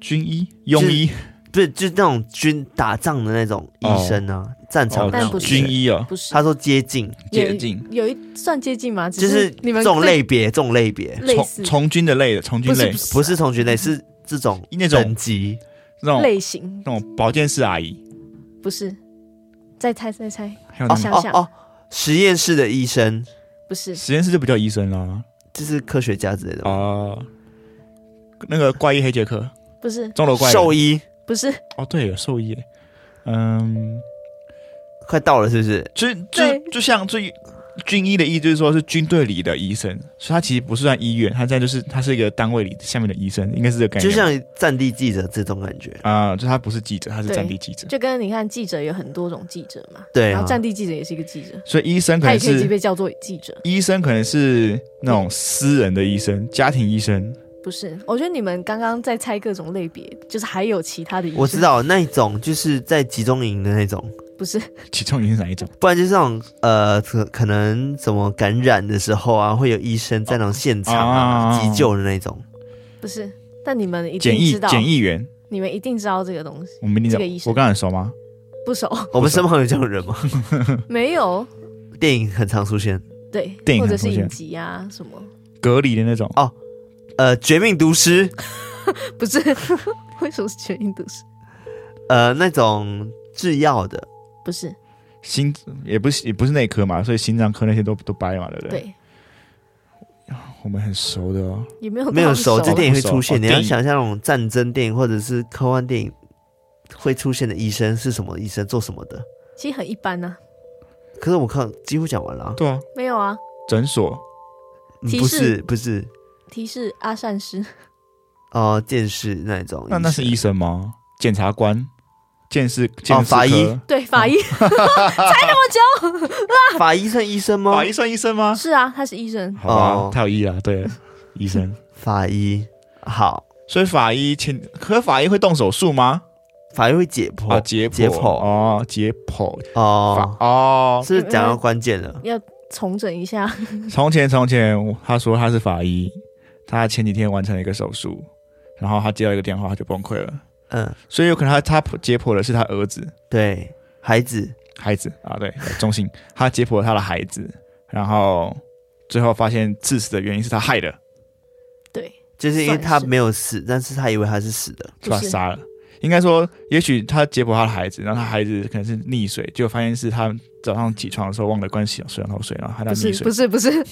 S3: 军医、庸医、哦
S1: 不是就是那种军打仗的那种医生啊，战场
S3: 哦
S1: 的那种
S2: 但不是
S1: 医生
S3: 军医哦，
S2: 不是
S1: 他说接近，
S2: 有
S3: 接近
S2: 有一算接近吗？只
S1: 就是
S2: 你们
S1: 这种
S2: 对
S1: 类别，这种类别
S2: 类似
S3: 从从军的类的从军
S2: 不是
S3: 类
S2: 不，是
S1: 不是同学类，是这种
S3: 那种
S1: 等级。
S3: 那种
S2: 类型，
S3: 那种保健室阿姨，
S2: 不是。再猜再猜，
S3: 还有
S1: 哦
S3: 那种
S2: 想
S1: 哦
S2: 想
S1: 哦，实验室的医生
S2: 不是
S3: 实验室就不叫医生啦
S1: 就是科学家之类的吗，
S3: 啊。那个怪医黑杰克，
S2: 不是
S3: 钟楼哦怪人
S1: 兽医
S2: 不是
S3: 哦，对，有兽医耶，嗯，
S1: 快到了是不是？
S3: 就就
S2: 对
S3: 就像最军医的医，就是说是军队里的医生，所以他其实不是算医院，他现在就是他是一个单位里下面的医生，应该是这个概念
S1: 就
S3: 吧。
S1: 像战地记者这种感觉，
S3: 啊、就他不是记者，他是
S2: 对
S3: 战地记者，
S2: 就跟你看记者有很多种记者嘛，
S1: 对
S2: 然
S1: 啊
S2: 后，哦战地记者也是一个记者，
S3: 所以医生可
S2: 他也
S3: 能
S2: 可以
S3: 是
S2: 被叫做记者，
S3: 医生可能是那种私人的医生、家庭医生，
S2: 不是？我觉得你们刚刚在猜各种类别，就是还有其他的医生，
S1: 我知道那种就是在集中营的那种，
S2: 不是
S3: 其中你是哪一种？
S1: 不然就是那种呃，可可能怎么感染的时候啊，会有医生在那种现场啊、
S3: 啊
S1: 急救的那种。
S2: 不是？但你们一定
S3: 检疫
S2: 知道，
S3: 检疫员，
S2: 你们一定知道这个东西，
S3: 我们一定
S2: 这
S3: 知
S2: 个医
S3: 道。
S2: 生
S3: 我刚很熟吗？
S2: 不熟
S1: 我们身旁有这种人吗？
S2: 没有？
S1: 电影很常出现，
S2: 对，
S3: 电影
S2: 或
S3: 很
S2: 者是
S3: 出现
S2: 影集啊什么，
S3: 隔离的那种，
S1: 呃，《绝命毒师》
S2: 不是？ 为什么是全印度是？
S1: 呃那种制药的，
S2: 不是？
S3: 心也不是也不是内科嘛，所以心脏科那些都都掰嘛，对不对？
S2: 对，
S3: 我们很熟的哦。
S2: 也没有
S1: 没有
S2: 到
S1: 熟，这电影会出
S3: 哦
S1: 现。你
S3: 电
S1: 要
S3: 影
S1: 想象那种战争电影或者是科幻电影会出现的医生是什么医生，做什么的。
S2: 其实很一般呢、
S1: 可是我看几乎讲完了啊、
S3: 对啊，
S2: 没有啊。
S3: 诊所
S1: 嗯
S2: 提
S1: 不
S2: 示
S1: 是不是
S2: 提示阿善师，
S1: 哦、见识那种医生，
S3: 那那是医生吗？检察官、见识见识科
S1: 哦法医
S2: 对法医，
S1: 啊法医算医生吗？
S3: 法医算医生吗？
S2: 是啊，他是医生，
S3: 好吧，
S1: 哦
S3: 他有医啊， 对，医生。
S1: 法医好，
S3: 所以法医前，可是法医会动手术吗？
S1: 法医会解剖
S3: 啊，解剖
S1: 解剖
S3: 哦，解剖法
S1: 哦，
S3: 哦。
S1: 是不是讲到关键了。
S2: 重整一下，
S3: 从前从前，他说他是法医，他前几天完成了一个手术，然后他接到一个电话，他就崩溃了。
S1: 嗯，
S3: 所以有可能他他解剖的是他儿子，
S1: 对，孩子
S3: 孩子啊，对，中性，他解剖了他的孩子，然后最后发现致死的原因是他害的，
S2: 对，
S1: 就是因为
S2: 算
S1: 他
S2: 是
S1: 没有死，但是他以为他是死的。
S3: 就
S2: 不
S3: 把他
S2: 是
S3: 杀了。应该说，也许他解剖他的孩子，然后他孩子可能是溺水，结果发现是他早上起床的时候忘了关洗水龙头水，然后害他
S2: 不
S3: 溺
S2: 是
S3: 水
S2: 不，是不是，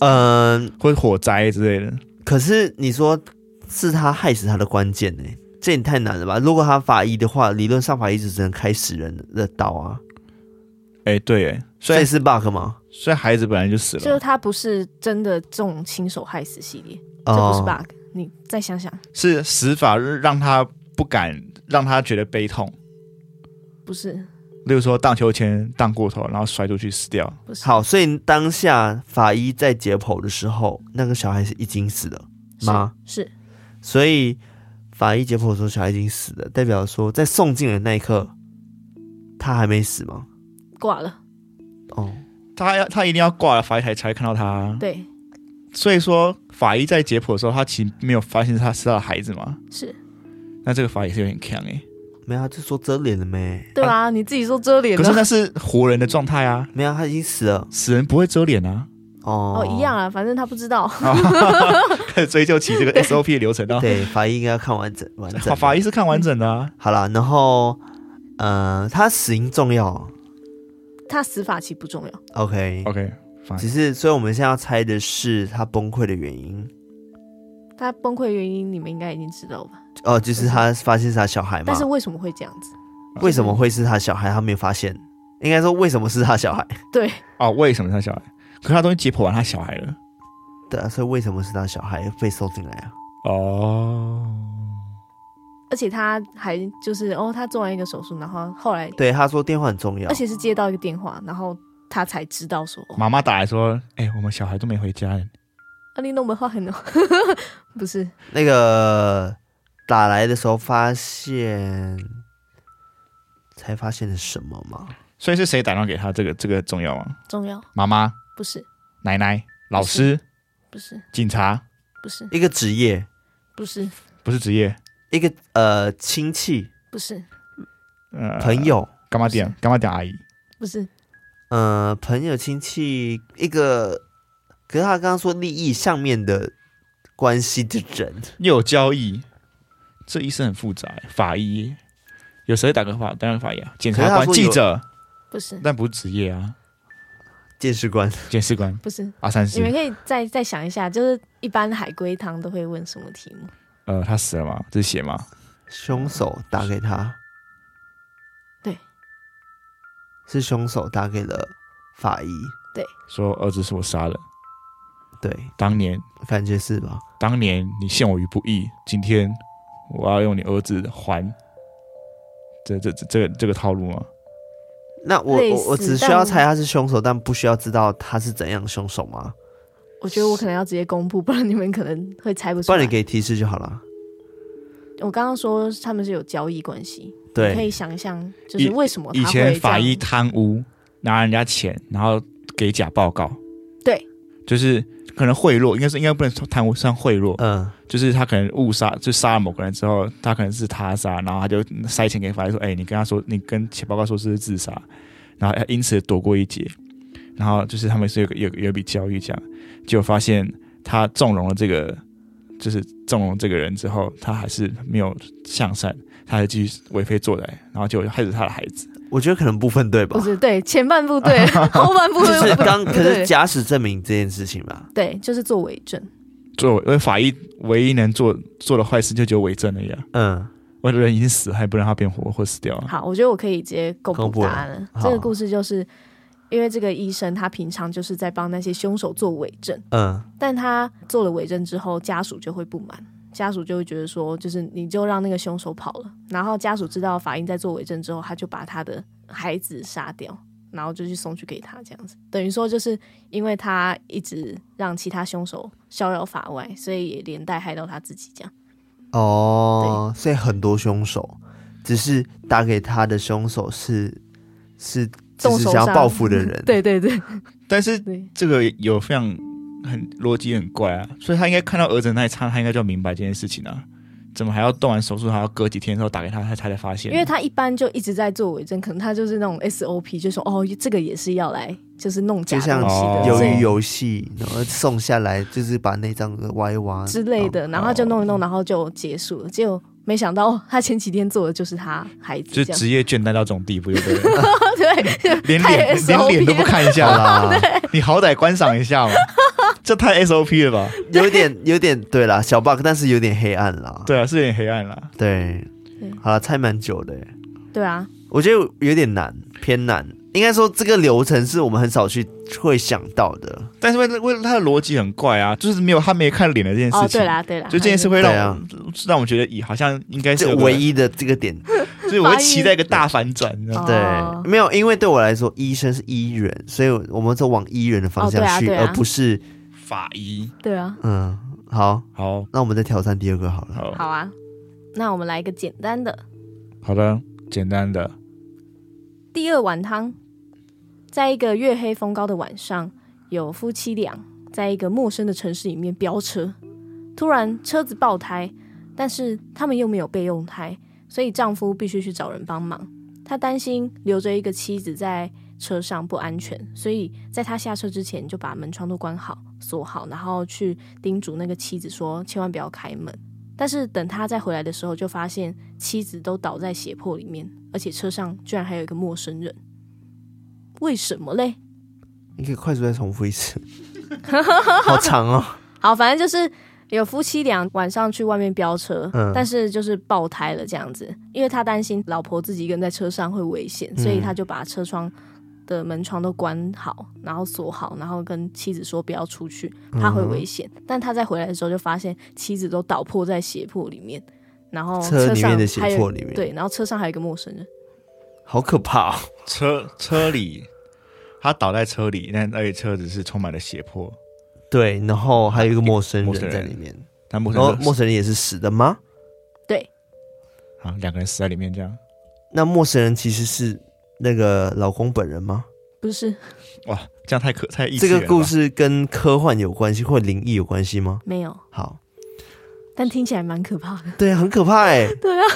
S1: 嗯，
S3: 或者火灾之类的。
S1: 可是你说是他害死他的关键呢、这也太难了吧？如果他法医的话，理论上法医只能开死人的刀啊，
S3: 哎、对，哎，所
S1: 所
S3: 以
S1: 以是 bug 吗？
S3: 所以孩子本来就死
S2: 就是
S3: 了，
S2: 他不是真的这种亲手害死系列，这
S1: 哦
S2: 不是 bug。你再想想，
S3: 是死法让他不敢，让他觉得悲痛。
S2: 不是
S3: 例如说荡秋千荡过头，然后摔出去死掉，
S2: 不是
S1: 好，所以当下法医在解剖的时候，那个小孩是已经死了
S2: 是
S1: 吗？
S2: 是
S1: 所以法医解剖的时候，小孩已经死了，代表说在送进来的那一刻，他还没死吗？
S2: 挂了，
S1: 哦，
S3: 他要他一定要挂了法医才才会看到他。
S2: 对，
S3: 所以说法医在解剖的时候，他其实没有发现他是他的孩子嘛。
S2: 是
S3: 那这个法医是有点强哎、
S1: 没有，他就说遮脸了没？
S2: 对啊，你自己说遮脸
S3: 可是
S2: 了
S3: 那，是活人的状态啊，
S1: 没有，他已经死了。
S3: 死人不会遮脸啊。
S1: 哦，
S2: 哦，一样。啊，反正他不知道，
S3: 开始追究起这个 SOP 流程啊。
S1: 对，法医应该要看完整完整
S3: 法
S1: 的。
S3: 法医是看完整的啊，
S1: 好啦，然后，呃，他死因重要
S2: 他死法其实不重要，
S1: ，OK，
S3: OK，
S1: 只是，所以我们现在要猜的是他崩溃的原因，
S2: 他崩溃的原因你们应该已经知道吧？
S1: 哦，就是他发现是他小孩嘛
S2: 但是，为什么会这样子？
S1: 为什么会是他小孩？他没有发现，应该说为什么是他小 孩？
S2: 对，
S3: 哦，为什么他小孩？可是他东西解剖完他小孩了。
S1: 对啊，所以为什么是他小孩被收进来啊？
S3: 哦，
S2: 而且他还就是哦，他做完一个手术，然后后来，
S1: 对，他说电话很重要
S2: 而，且是接到一个电话，然后他才知道说，哦
S3: 啊妈妈打来说，哎、我们小孩都没回家欸呢。
S2: 啊，你弄没话很哦， 不是
S1: 那个打来的时候发现，才发现了什么吗？
S3: 所以是谁打电话给他？这个这个重要吗？
S2: 重要，
S3: 妈妈、
S2: 不是
S3: 奶奶、老师、
S2: 不是
S3: 警察，
S2: 不是
S1: 一个职业，
S2: 不是
S3: 不是职业，
S1: 一个呃亲戚、
S2: 不是
S3: 呃，
S1: 朋友，
S3: 干嘛点干嘛点阿姨？
S2: 不是
S1: 呃，朋友亲戚，一个，可是他刚刚说利益上面的关系的人，
S3: 又有交易，这医生很复杂欸。法医有谁打个法当然法医啊？检察官、
S1: 可是他说有
S3: 记者，
S2: 不是
S3: 但不是职业啊。
S1: 见识官，
S3: 检视官
S2: 不是，
S3: 阿三
S2: 你们
S3: 是，
S2: 可以再再想一下，就是一般海龟汤都会问什么题目？
S3: 呃，他死了吗？这是血吗？
S1: 凶手打给他，
S2: 对，
S1: 是凶手打给了法医，
S3: 说儿子是我杀的，
S1: 对，
S3: 当年
S1: 感觉是吧？
S3: 当年你陷我于不义，今天我要用你儿子还。这这这这个这个套路吗？
S1: 那我
S2: 类
S1: 我我
S2: 似
S1: 只需
S2: 但
S1: 要
S2: 我
S1: 猜他是凶手，但不需要知道他是怎样的凶手吗？
S2: 我觉得我可能要直接公布，不然你们可能会猜不出
S1: 不
S2: 来。
S1: 然你给提示就好了。
S2: 我刚刚说他们是有交易关系，你可以
S1: 对，
S2: 想象，就是为什么哦他
S3: 以
S2: 会
S3: 前法
S2: 这样
S3: 医贪污，拿人家钱，然后给假报告。
S2: 对，
S3: 就是可能贿赂，应该是应该不能说贪污算贿赂，
S1: 嗯，
S3: 就是他可能误杀，就杀了某个人之后，他可能是他杀，然后他就塞钱给法医说：“哎、你跟他说，你跟钱报告说这是自杀，然后因此躲过一劫。”然后就是他们是有个有有一笔交易这样，结果发现他纵容了这个，就是纵容这个人之后，他还是没有向善，他还继续为非作歹，然后就害死他的孩子。
S1: 我觉得可能部分对吧
S2: 不？是对前半 部对，后半部
S1: 就
S2: 对
S1: 是刚
S2: 不
S1: 可
S2: 对
S1: 是假使证明这件事情吧，
S2: 对，就是做伪证，
S3: 做因为法医唯一能做做的坏事就只有伪证而已啊，
S1: 嗯，
S3: 我人已经死了，还不让他变活或死掉啊。
S2: 好，我觉得我可以直接公
S1: 公布
S2: 布
S1: 了
S2: 答案了。
S1: 好
S2: 这个故事就是，因为这个医生他平常就是在帮那些凶手做伪证，
S1: 嗯，
S2: 但他做了伪证之后，家属就会不满，家属就会觉得说，就是你就让那个凶手跑了。然后家属知道法医在做伪证之后，他就把他的孩子杀掉，然后就去送去给他这样子。等于说，就是因为他一直让其他凶手逍遥法外，所以也连带害到他自己这样。
S1: 哦，所以很多凶手只是打给他的凶手是是只
S2: 动
S1: 是
S2: 手
S1: 想要
S2: 杀
S1: 报复的人，
S2: 对对对
S3: 但是
S2: 对，
S3: 这个有非常很逻辑很怪啊，所以他应该看到儿子的那一刹，他应该就要明白这件事情啊。怎么还要动完手术，还要隔几天之后打给他，他才才发现？啊
S2: 因为他一般就一直在做伪证，可能他就是那种 SOP，就说哦，这个也是要来就是弄假
S1: 就像
S2: 东西的，
S1: 鱿
S2: 所以
S1: 鱼游戏，然后送下来就是把那张挖一
S3: 嗯
S1: 挖
S2: 之类，
S3: 哦
S2: 的，然后他就弄一弄，然后就结束了。结果没想到 他前几天做的就是他孩子
S3: 就
S2: 这样，
S3: 职业倦怠到这种地步，对不对？
S2: 对，
S3: 连
S2: 太
S3: 脸
S2: SOP
S3: 连脸都不看一
S1: 好
S3: 下啦，
S1: 啦，
S3: 你好歹观赏一下嘛。这太 SOP 了吧？
S1: 有点有点对啦，小 bug，但是有点黑暗啦。
S3: 对啊，是有点黑暗啦。
S1: 对
S2: 对，
S1: 好了，猜蛮久的耶，
S2: 对啊，
S1: 我觉得有点难，偏难。应该说这个流程是我们很少去会想到的。
S3: 但是为了为了他的逻辑很怪啊，就是没有他没看脸的这件事
S2: 哦，
S3: 情。
S2: 对啦，对啦，
S3: 就这件事
S2: 还有
S3: 会让
S1: 对
S3: 我、
S1: 啊
S3: 让我们觉得，咦，好像应该是
S1: 这
S3: 有个
S1: 唯，一的这个点，
S3: 就是我会期待一个大反转，你知道吗？
S2: 哦
S1: 对，没有，因为对我来说，医生是医人，所以我们就往医人的方向
S2: 哦对啊
S1: 去，
S2: 对啊
S1: 而不是
S3: 法医。
S2: 对啊，
S1: 嗯，好，
S3: 好
S1: 那我们再挑战第二个好了。
S3: 好
S2: 好啊，那我们来一个简单的
S3: 好的，简单的，
S2: 第二碗汤，在一个月黑风高的晚上，有夫妻俩在一个陌生的城市里面飙车，突然车子爆胎，但是他们又没有备用胎，所以丈夫必须去找人帮忙。他担心留着一个妻子在车上不安全，所以在他下车之前就把门窗都关好、锁好，然后去叮嘱那个妻子说千万不要开门。但是等他再回来的时候，就发现妻子都倒在血泊里面，而且车上居然还有一个陌生人，为什么嘞？
S1: 你可以快速再重复一 次，好长哦。
S2: 好，反正就是有夫妻俩晚上去外面飙车，
S1: 嗯
S2: 但是就是爆胎了这样子，因为他担心老婆自己一个人在车上会危险，
S1: 嗯
S2: 所以他就把车窗的门窗都关好，然后锁好，然后跟妻子说不要出去，怕会危险。
S1: 嗯
S2: 但他再回来的时候就发现妻子都倒破在斜坡里面，然后
S1: 车里
S2: 上
S1: 面的斜
S2: 还有
S1: 坡里面
S2: 对，然后车上还有一个陌生人，
S1: 好可怕、哦！
S3: 车车里，他倒在车里，但而且车子是充满了胁迫，
S1: 对，然后还有一个陌生
S3: 陌生
S1: 人
S3: 人
S1: 在里面，
S3: 但 陌
S1: 然后哦
S3: 生
S1: 陌生人也是死的吗？
S2: 对，
S3: 啊，两个人死在里面这样，
S1: 那陌生人其实是那个老公本人吗？
S2: 不是
S3: 哇，这样太可太异
S1: 这
S3: 次元
S1: 个
S3: 了吧
S1: 故事跟科幻有关系，或灵异有关系吗？
S2: 没有，
S1: 好，
S2: 但听起来蛮可怕的。
S1: 对，很可怕哎、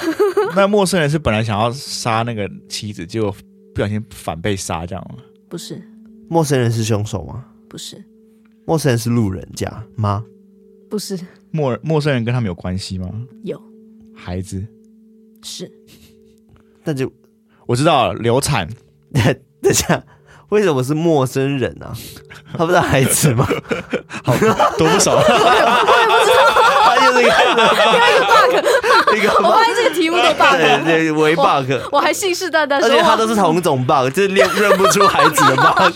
S3: 那陌生人是本来想要杀那个妻子，结果不小心反被杀，这样吗
S2: 不是，
S1: 陌生人是凶手吗？
S2: 不是，
S1: 陌生人是路人甲吗？
S2: 不是，
S3: 陌陌生人跟他们有关系吗？
S2: 有
S3: 孩子，
S2: 是
S1: 那就
S3: 我知道了，流产，
S1: 等一下，为什么是陌生人啊？他不是孩子吗？
S3: 好多不少，
S1: 他就是一个一个
S2: 我
S1: bug，
S2: 发现这个题目都 bug，
S1: 对
S2: 了
S1: 对，为 bug。
S2: 我还信誓旦旦
S1: 而
S2: 说
S1: 且他都
S2: 哇，
S1: 是同种 bug，就是认认不出孩子的 bug。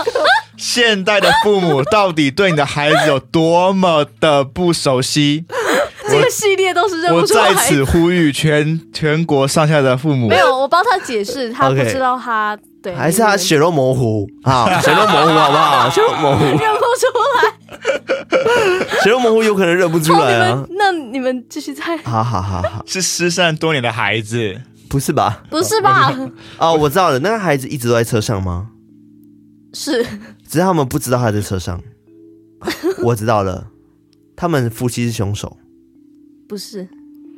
S3: 现代的父母到底对你的孩子有多么的不熟悉？
S2: 这个系列都是认
S3: 我
S2: 不出来
S3: 在。此呼吁全 全国上下的父母
S2: 没，有，我帮他解释，他不
S1: OK
S2: 知道他对
S1: 还是他
S2: 那个
S1: 血肉模糊啊，血肉模糊好不 好？血肉模糊，
S2: 认不出来。
S1: 血肉模糊有可能认不出
S2: 那
S1: 来
S2: 你
S1: 啊
S2: 们。那你们继续猜，
S1: 好好好好，
S3: 是失散多年的孩子，
S1: 不是吧？
S2: 不是吧？
S1: 哦，我知道了，那个孩子一直都在车上吗？
S2: 是
S1: 只是他们不知道他在车上。我知道了，他们夫妻是凶手，
S2: 不是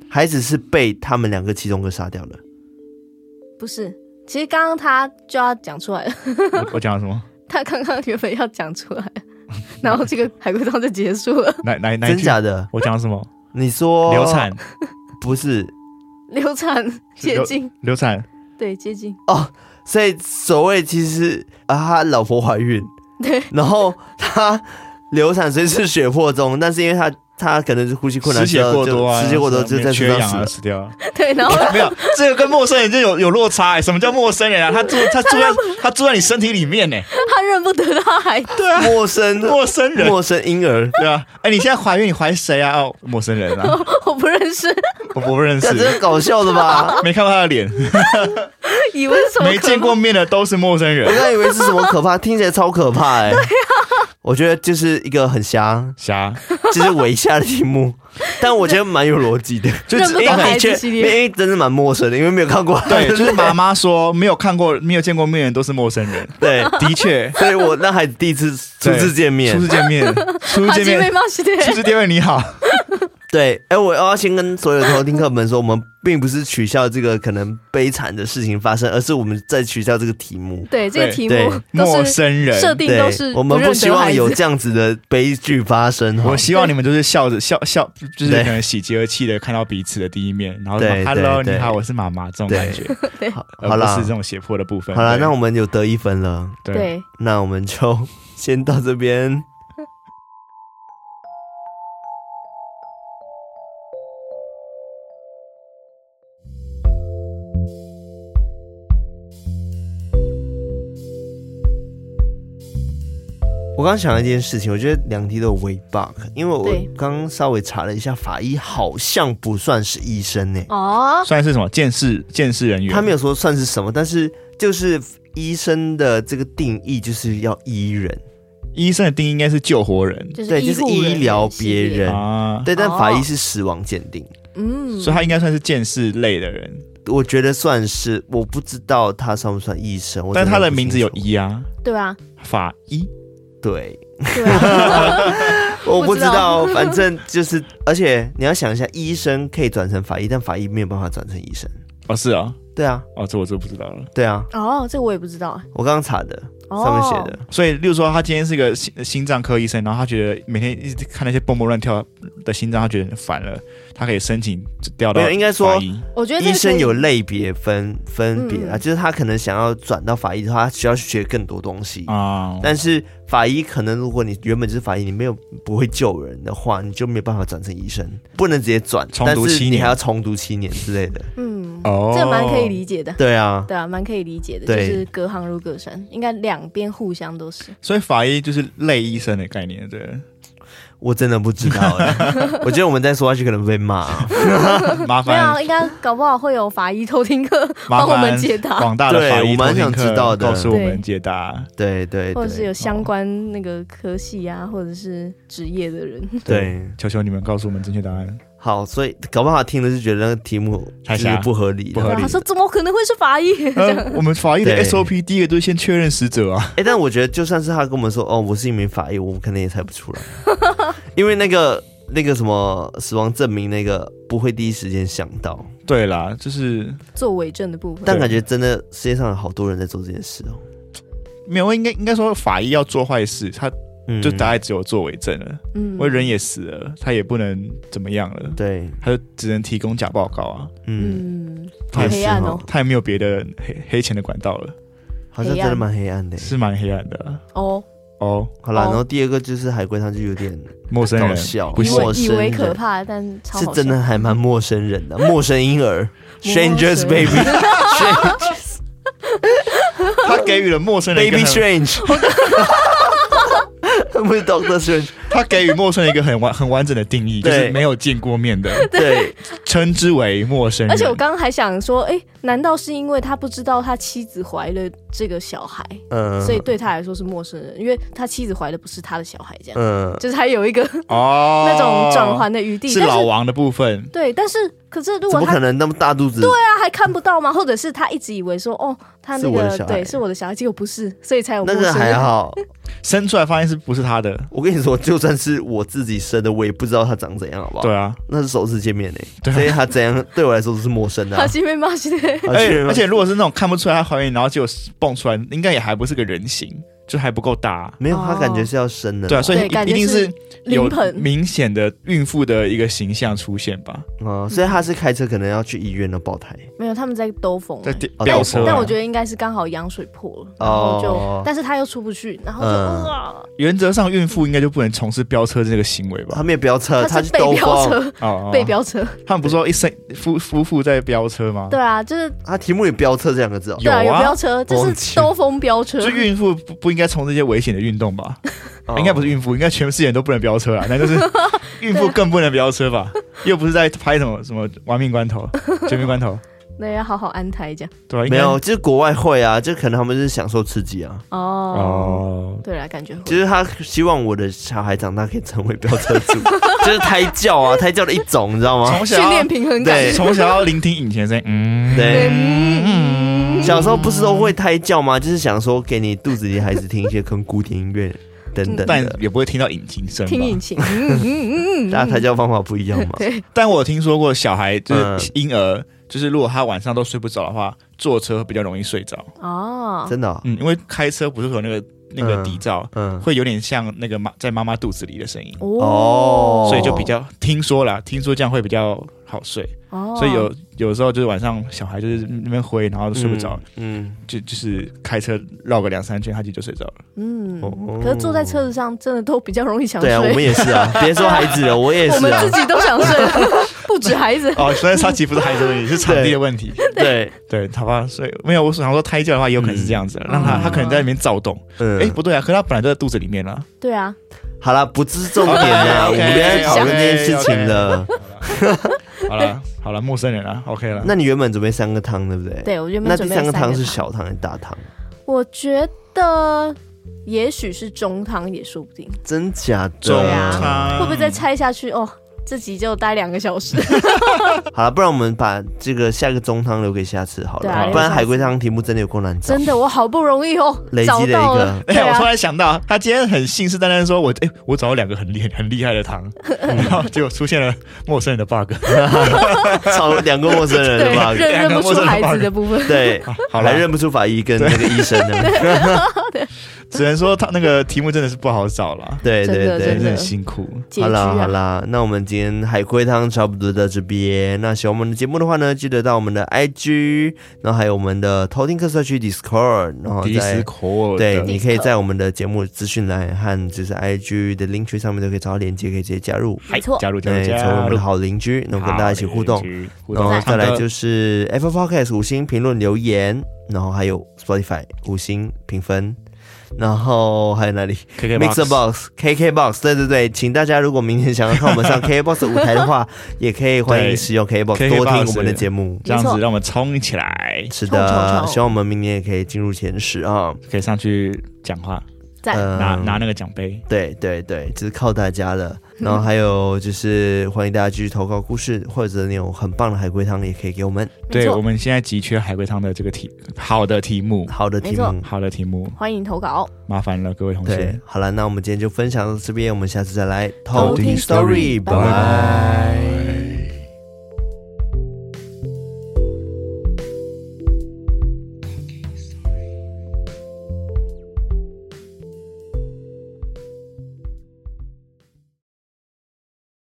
S1: 孩子是被他们两个其中一个杀掉了。
S2: 不是？其实刚刚他就要讲出来了，
S3: 我我讲了什么？
S2: 他刚刚原本要讲出来，然后这个海龟汤就结束了。
S3: 哪哪哪一
S1: 真
S3: 句？
S1: 假哦的？
S3: 我讲了什么？
S1: 你说
S3: 流产，
S1: 不是？
S2: 流产接近，
S3: 流产，
S2: 对接近，
S1: 所以所谓其实啊，他老婆怀孕，
S2: 对，
S1: 然后他流产虽是血泊中，但是因为他他可能是呼吸困难，
S3: 失血过多啊，
S1: 就失血过多
S3: 什
S1: 就
S3: 么
S1: 在
S3: 缺
S1: 车上
S3: 氧
S1: 死
S3: 啊，
S1: 了。
S3: 死掉了。
S2: 对， 然后
S3: 没有，这个跟陌生人就有有落差、欸。什么叫陌生 人啊？他住他住在他住在你身体里面呢、
S2: 他认不得他孩子，
S3: 对啊，
S1: 陌生
S3: 陌生人，
S1: 陌生婴儿，
S3: 对啊。哎、你现在怀孕，你怀谁啊？哦，陌生 人啊，
S2: 我不认识，
S3: 我不认识
S1: 干，这是搞笑的 吧？
S3: 没看过他的脸，
S2: 以为是什么
S3: 没见过面的都是陌生
S1: 我
S3: 人。
S1: 刚以为是什么可怕，听起来超可怕哎、我觉得就是一个很瞎，
S3: 瞎，
S1: 就是微瞎的题 目，但我觉得蛮有逻辑的，
S3: 就
S2: 认不得
S3: 只因
S1: 因为
S2: 孩
S1: 的
S2: 子
S1: 确，
S2: 系
S1: 因
S2: 列
S1: 为真的蛮陌生的，因为没有看过。
S3: 对，就是妈妈说没有看过、没有见过面的都是陌生人。
S1: 对，
S3: 的确，
S1: 所以我那孩子第一次初次见面
S3: 初，次见面，初次
S2: 他
S3: 见
S2: 姐妹
S3: 面，
S2: 吗？是的，
S3: 初次见面你好，
S1: 对，哎、我要先跟所有的偷听课们说，我们并不是取笑这个可能悲惨的事情发生，而是我们在取笑这个题目。
S2: 对这个
S3: 对
S2: 题
S1: 对
S2: 目
S3: 陌
S2: 都是
S3: 生人。
S2: 设定
S1: 对
S2: 都是，
S1: 我们
S2: 不
S1: 不希望有这样子的悲剧发生。哈
S3: 我希望你们就是笑着笑笑，就是
S1: 对
S3: 可能喜极而泣的看到彼此的第一面，然后说
S1: 对
S3: “hello，
S1: 对
S3: 你好，
S1: 对
S3: 我是妈妈”这种感觉，
S1: 好
S3: 而
S1: 好
S3: 不
S1: 啦
S3: 是这，种胁迫的部分。
S1: 好啦，
S3: 对
S1: 那我们有得一分了，
S3: 对
S2: 对。
S1: 那我们就先到这边。我刚想了一件事情，我觉得两题都有微 bug，因为我
S2: 对
S1: 刚稍微查了一下，法医好像不算是医生呢、
S2: 哦，
S3: 算是什么见识见识人员？
S1: 他没有说算是什么，但是就是医生的这个定义就是要医人，
S3: 医生的定义应该是救活人
S2: 就是
S1: 对
S2: 医
S1: 就是
S2: 护
S1: 医
S2: 人
S1: 疗
S2: 员系列
S1: 别人
S3: 啊，
S1: 对，但
S2: 哦
S1: 法医是死亡鉴定，
S2: 嗯，
S3: 所以他应该算是见识类的人，
S1: 我觉得算是，我不知道他算不算医生，我
S3: 但
S1: 真
S3: 他的
S1: 不
S3: 名字
S1: 清
S3: 有
S1: 楚
S3: 医啊，
S2: 对吧？
S3: 法医。
S1: 对，
S2: 对啊，
S1: 我不
S2: 不
S1: 知
S2: 知道
S1: 道，反正就是，而且你要想一下，医生可以转成法医，但法医没有办法转成医生，
S3: 哦，是啊，
S1: 对啊，
S3: 哦，这我就不知道了。
S1: 对啊，
S2: 哦，这个我也不知道啊。
S1: 我刚刚查的，
S2: 哦，
S1: 上面写的。
S3: 所以，例如说，他今天是个心心脏科医生，然后他觉得每天一直看那些蹦蹦乱跳的心脏，他觉得很烦了，他可以申请调到
S1: 没有应该说
S3: 法医
S2: 我觉得这
S1: 医
S2: 个可
S1: 生
S2: 以
S1: 有类别分分别啊，
S2: 嗯
S1: 就是他可能想要转到法医的话，他需要学更多东西。
S3: 啊，
S1: 但是法医可能，如果你原本就是法医，你没有不会救人的话，你就没有办法转成医生，不能直接转，
S3: 重
S1: 但
S3: 读
S1: 是
S3: 七
S1: 你
S3: 年
S1: 还要重读七年之类的。
S2: 嗯，
S3: 哦
S2: 这个蛮可以理解的。
S1: 对啊，
S2: 对啊，蛮可以理解的，就
S1: 对
S2: 是隔行如隔山，应该两边互相都是。
S3: 所以法医就是类医生的概念，对，
S1: 我真的不知道哎、 我觉得我们再说下去可能被骂、
S3: 麻
S2: 没有
S3: 烦
S2: 啊，应该搞不好会有法医偷听课
S3: 麻
S2: 帮我
S3: 烦
S2: 们解答，
S3: 广大的法医
S1: 对我蛮想
S3: 通灵客
S1: 知道的
S3: 告诉我
S2: 对
S3: 们解答。
S1: 对对
S2: 或者是
S1: 对
S3: 哦
S2: 有相关那个科系啊，或者是职业的人。
S1: 对，
S3: 求求你们告诉我们正确答 案。
S1: 好，所以搞不好听的是觉得那个题目就
S3: 太
S1: 是
S3: 瞎
S1: 不合理
S3: 不合
S1: 的。
S3: 理
S2: 啊然后他说：“怎么可能会是法医？” 这样
S3: 呃，我们法医的
S1: 对
S3: SOP 第一个就是先确认死者啊，
S1: 哎、但我觉得就算是他跟我们说，哦，我是一名法医，我们可能也猜不 出来，因为那个那个什么死亡证明那个不会第一时间想到，
S3: 对啦，就是
S2: 做伪证的部分。
S1: 但感觉真的世界上有好多人在做这件事哦。
S3: 没有，应该应该说法医要做坏事，他
S1: 嗯
S3: 就大概只有作为证了，
S2: 嗯
S3: 因为人也死了，他也不能怎么样了，
S1: 对，
S3: 他就只能提供假报告啊，
S1: 嗯，
S2: 嗯，
S1: 也
S2: 好
S1: 是
S2: 黑暗
S1: 哦
S2: 哦，
S3: 他也没有别的黑黑钱的管道了，
S1: 好像真的蛮黑暗的。
S3: 是蛮黑暗的啊
S2: 哦，
S3: 哦。
S1: 好啦，
S2: 哦
S1: 然后第二个就是海龟汤，就有点
S3: 陌生
S1: 搞
S3: 人
S1: 笑，
S3: 不
S2: 以
S3: 是
S1: 陌
S2: 为
S1: 生
S2: 以为可
S1: 人
S2: 怕，但超
S1: 是
S2: 好
S1: 真的
S2: 笑。
S1: 还蛮陌生人的，陌生婴 儿
S2: 陌生
S1: ，strangers baby
S3: 他给予了陌生人一个
S1: baby
S3: 很
S1: strange，不是 Doctor Strange，
S3: 他给予陌生人一个很完 很完整的定义，就
S1: 对
S3: 是没有见过面的，
S1: 对，
S3: 称之为陌生人。
S2: 而且我刚刚还想说，哎，难道是因为他不知道他妻子怀了这个小孩，
S1: 嗯，
S2: 所以对他来说是陌生人，因为他妻子怀的不是他的小孩，这样、
S1: 嗯，
S2: 就是还有一个
S3: 哦
S2: 那种转换的余地。
S3: 是
S2: 但
S3: 老王的部分，
S2: 对，但是可是如
S1: 怎
S2: 果
S1: 么
S2: 他
S1: 可能那么大肚子？对啊
S2: 他还看不到吗？或者是他一直以为说哦，他
S1: 是
S2: 那
S1: 我的
S2: 个
S1: 小孩
S2: 对是我的小孩，结果不是，所以才有
S1: 那
S2: 陌
S1: 个
S2: 生
S1: 还
S2: 人。
S1: 好，
S3: 生出来发现是不是他的？
S1: 我跟你说，就算是我自己生的，我也不知道他长怎样，好不好？
S3: 对，啊，
S1: 那是首次见面呢，欸
S3: 对啊
S1: 所以他怎样对我来说都是陌生的啊
S2: 他。是被骂是的，
S1: 啊
S3: 而且
S1: 确认
S3: 哎而且如果是那种看不出来他怀孕，然后结果蹦出来，应该也还不是个人形，就还不够大、
S1: 没有，他
S2: 哦
S1: 感觉是要生的，
S3: 对啊，所以
S2: 对感
S3: 一
S2: 觉
S3: 定是有
S2: 临盆
S3: 明显的孕妇的一个形象出现吧，
S1: 啊，所以他是开车可能要去医院的爆胎
S2: 没有他们在兜风、
S3: 在
S2: 欸
S3: 电
S1: 哦
S3: 飙车啊、
S2: 但我觉得应该是刚好羊水破了，然后就，
S1: 哦
S2: 但是他又出不去，然后就、
S1: 嗯
S2: 啊，
S3: 原则上孕妇应该就不能从事飙车这个行为吧
S1: 呃他？没有飙车，
S2: 他
S1: 去
S2: 是被
S1: 兜
S2: 飙
S1: 风，
S2: 车，
S3: 哦，哦
S2: 被飙车，
S3: 他们不是说一生夫夫妇在飙车吗？
S2: 对啊，就是
S1: 他题目里飙车这两个字哦。
S2: 对啊，
S3: 有
S2: 有
S3: 啊
S2: 飙车，就
S1: 忘
S2: 是
S1: 记
S2: 兜风飙车，
S3: 就孕妇不不应该从事这些危险的运动吧？
S1: 哦
S3: 应该不是孕妇，应该全世界人都不能 飙车啊！那就是孕妇更不能飙车吧？又不是在拍什么什么玩命 关头、绝命关头，
S2: 那要好好安胎这样。
S3: 对吧、啊应
S1: 没
S3: 该
S1: 有，就是国外会啊，就可能他们是享受刺激啊。
S2: 哦，
S3: 哦，
S2: 对了，感觉会
S1: 就是他希望我的小孩长大可以成为飙车 族，就是胎教啊，胎教的一种，你知道吗？
S3: 从小
S2: 训练
S3: 要
S2: 平衡感
S1: 对。
S3: 从小要聆听引擎的声音，嗯，
S1: 对，
S2: 嗯，
S1: 小时候不是都会胎教吗？就是想说给你肚子里的孩子听一些跟古典音乐等等
S3: 但
S1: 的，
S3: 也不会听到引擎声吧。
S2: 听引擎，嗯嗯嗯嗯
S1: 大家胎教方法不一样嘛。
S2: 对，
S3: 但我有听说过小孩就是
S1: 嗯
S3: 婴儿，就是如果他晚上都睡不着的话，坐车比较容易睡着。
S2: 哦，
S1: 真的哦、
S3: 嗯，因为开车不是会有那个那个
S1: 嗯
S3: 底噪，
S1: 嗯，
S3: 会有点像那个妈在妈妈肚子里的声音，
S2: 哦
S3: 所以就比较听说啦，听说这样会比较好睡，
S2: 哦，
S3: 所以有有时候就是晚上小孩就是那边挥，然后睡不着，，
S1: 嗯，
S3: 就就是开车绕个两三圈，他其实就睡着了。
S2: 嗯
S1: 哦，
S2: 可是坐在车子上真的都比较容易想睡。
S1: 对啊，我们也是啊，别说孩子 了，我也
S2: 我
S1: 是
S2: 们
S1: 啊
S2: 自，己都想 睡，不止孩子。
S3: 哦，所以他其实不是孩子的问题，是场地的 问题。
S1: 对，
S3: 对，他吧，所以没有，我想说胎教的话，也有可能是这样子，让他他可能在里面躁动。
S1: 嗯，
S3: 哎，不对啊，可他本来就在肚子里面了。
S2: 对啊，
S1: 好啦，不是重点啊啦，我
S3: OK，OK，
S1: 们不要再讨论这件事情
S3: OK，OK
S1: 了。
S3: 好了好了，陌生人了，OK 了。
S1: 那你原本准备三个汤，对不对？。
S2: 对我原本
S1: 那
S2: 准
S1: 第
S2: 备
S1: 三个汤是
S2: 汤
S1: 小汤还是大汤？
S2: 我觉得也许是中汤也说不定，
S1: 真假的？
S3: 中
S2: 对啊
S3: 汤
S1: 嗯
S2: 会不会再拆下去？哦，这集就待两个 小时。
S1: 好了，不然我们把这个下个中汤留给下次好
S2: 对啊
S1: 了，不然
S2: 留给下次
S1: 海龟汤题目真的有够难找。
S2: 真的，我好不容易哦
S1: 累积
S2: 找
S1: 了一
S2: 到
S1: 个
S2: 了，
S3: 哎、
S2: 对
S3: 我突
S2: 啊，
S3: 然想到，他今天很信誓旦旦地说我，哎、我找了两个很厉很厉害 的糖，然后结果出现了陌生人 的 bug。
S1: 找了两个陌生人
S2: 对
S1: 哎的吧？
S2: 认认不出孩子的部分。
S1: 对，还
S3: 好了，
S1: 认不出法医跟那个医生 呢。
S3: 只能说他那个题目真的是不好找了，
S1: 对
S2: 真
S1: 对
S2: 的
S1: 对
S3: 真
S2: 真
S3: 的
S2: 的
S3: 很辛苦。
S2: 结
S1: 好
S2: 局
S1: 啦好
S2: 啊，
S1: 啦，那我们今天海龟汤差不多到这边。那喜欢我们的节目的话呢，记得到我们的 IG，然后还有我们的偷听客社区 Discord，然后
S3: 迪斯
S1: 在
S3: 科尔
S1: 对，
S3: 的，
S1: 你可以在我们的节目资讯栏和就是 IG 的 link tree 上面都可以找到链接，可以直接加入，
S2: 没错，
S3: 加入加
S1: 对，
S3: 入
S1: 成为我
S3: 加
S1: 们
S3: 入
S1: 的，好邻居，能跟大家一起互动
S3: 好。，互
S1: 然
S3: 动，
S1: 后再来就是是 Apple Podcast 五星评论留言，然后还有 Spotify 五星评分，然后还有哪里
S3: KK
S1: Mixer Box、KK Box，对对对，请大家如果明天想要看我们上 KK Box 舞台的话，也可以欢迎使用 KK Box 多
S3: KKBOX
S1: 听我们的节目。
S3: 这样
S2: 没
S3: 子
S2: 错
S3: 让我们冲起来，
S1: 是
S2: 冲
S1: 的，
S2: 冲冲
S1: 希望我们明年也可以进入前十啊！
S3: 可以上去讲话，
S2: 赞
S3: 拿
S1: 嗯
S3: 拿那个奖杯。
S1: 对对对，就是靠大家了。然后还有就是欢迎大家继续投稿故事，或者你有很棒的海龟汤也可以给我们
S2: 没
S3: 对，我
S2: 错，
S3: 们现在急缺海龟汤的这个题，好的题目，
S1: 好的题
S2: 没错
S1: 目。
S3: 好的题目，
S2: 欢迎投稿，
S3: 麻烦了各位同学
S1: 对。，好了，那我们今天就分享到这边，我们下次再来
S2: 偷听 story，
S1: 拜拜。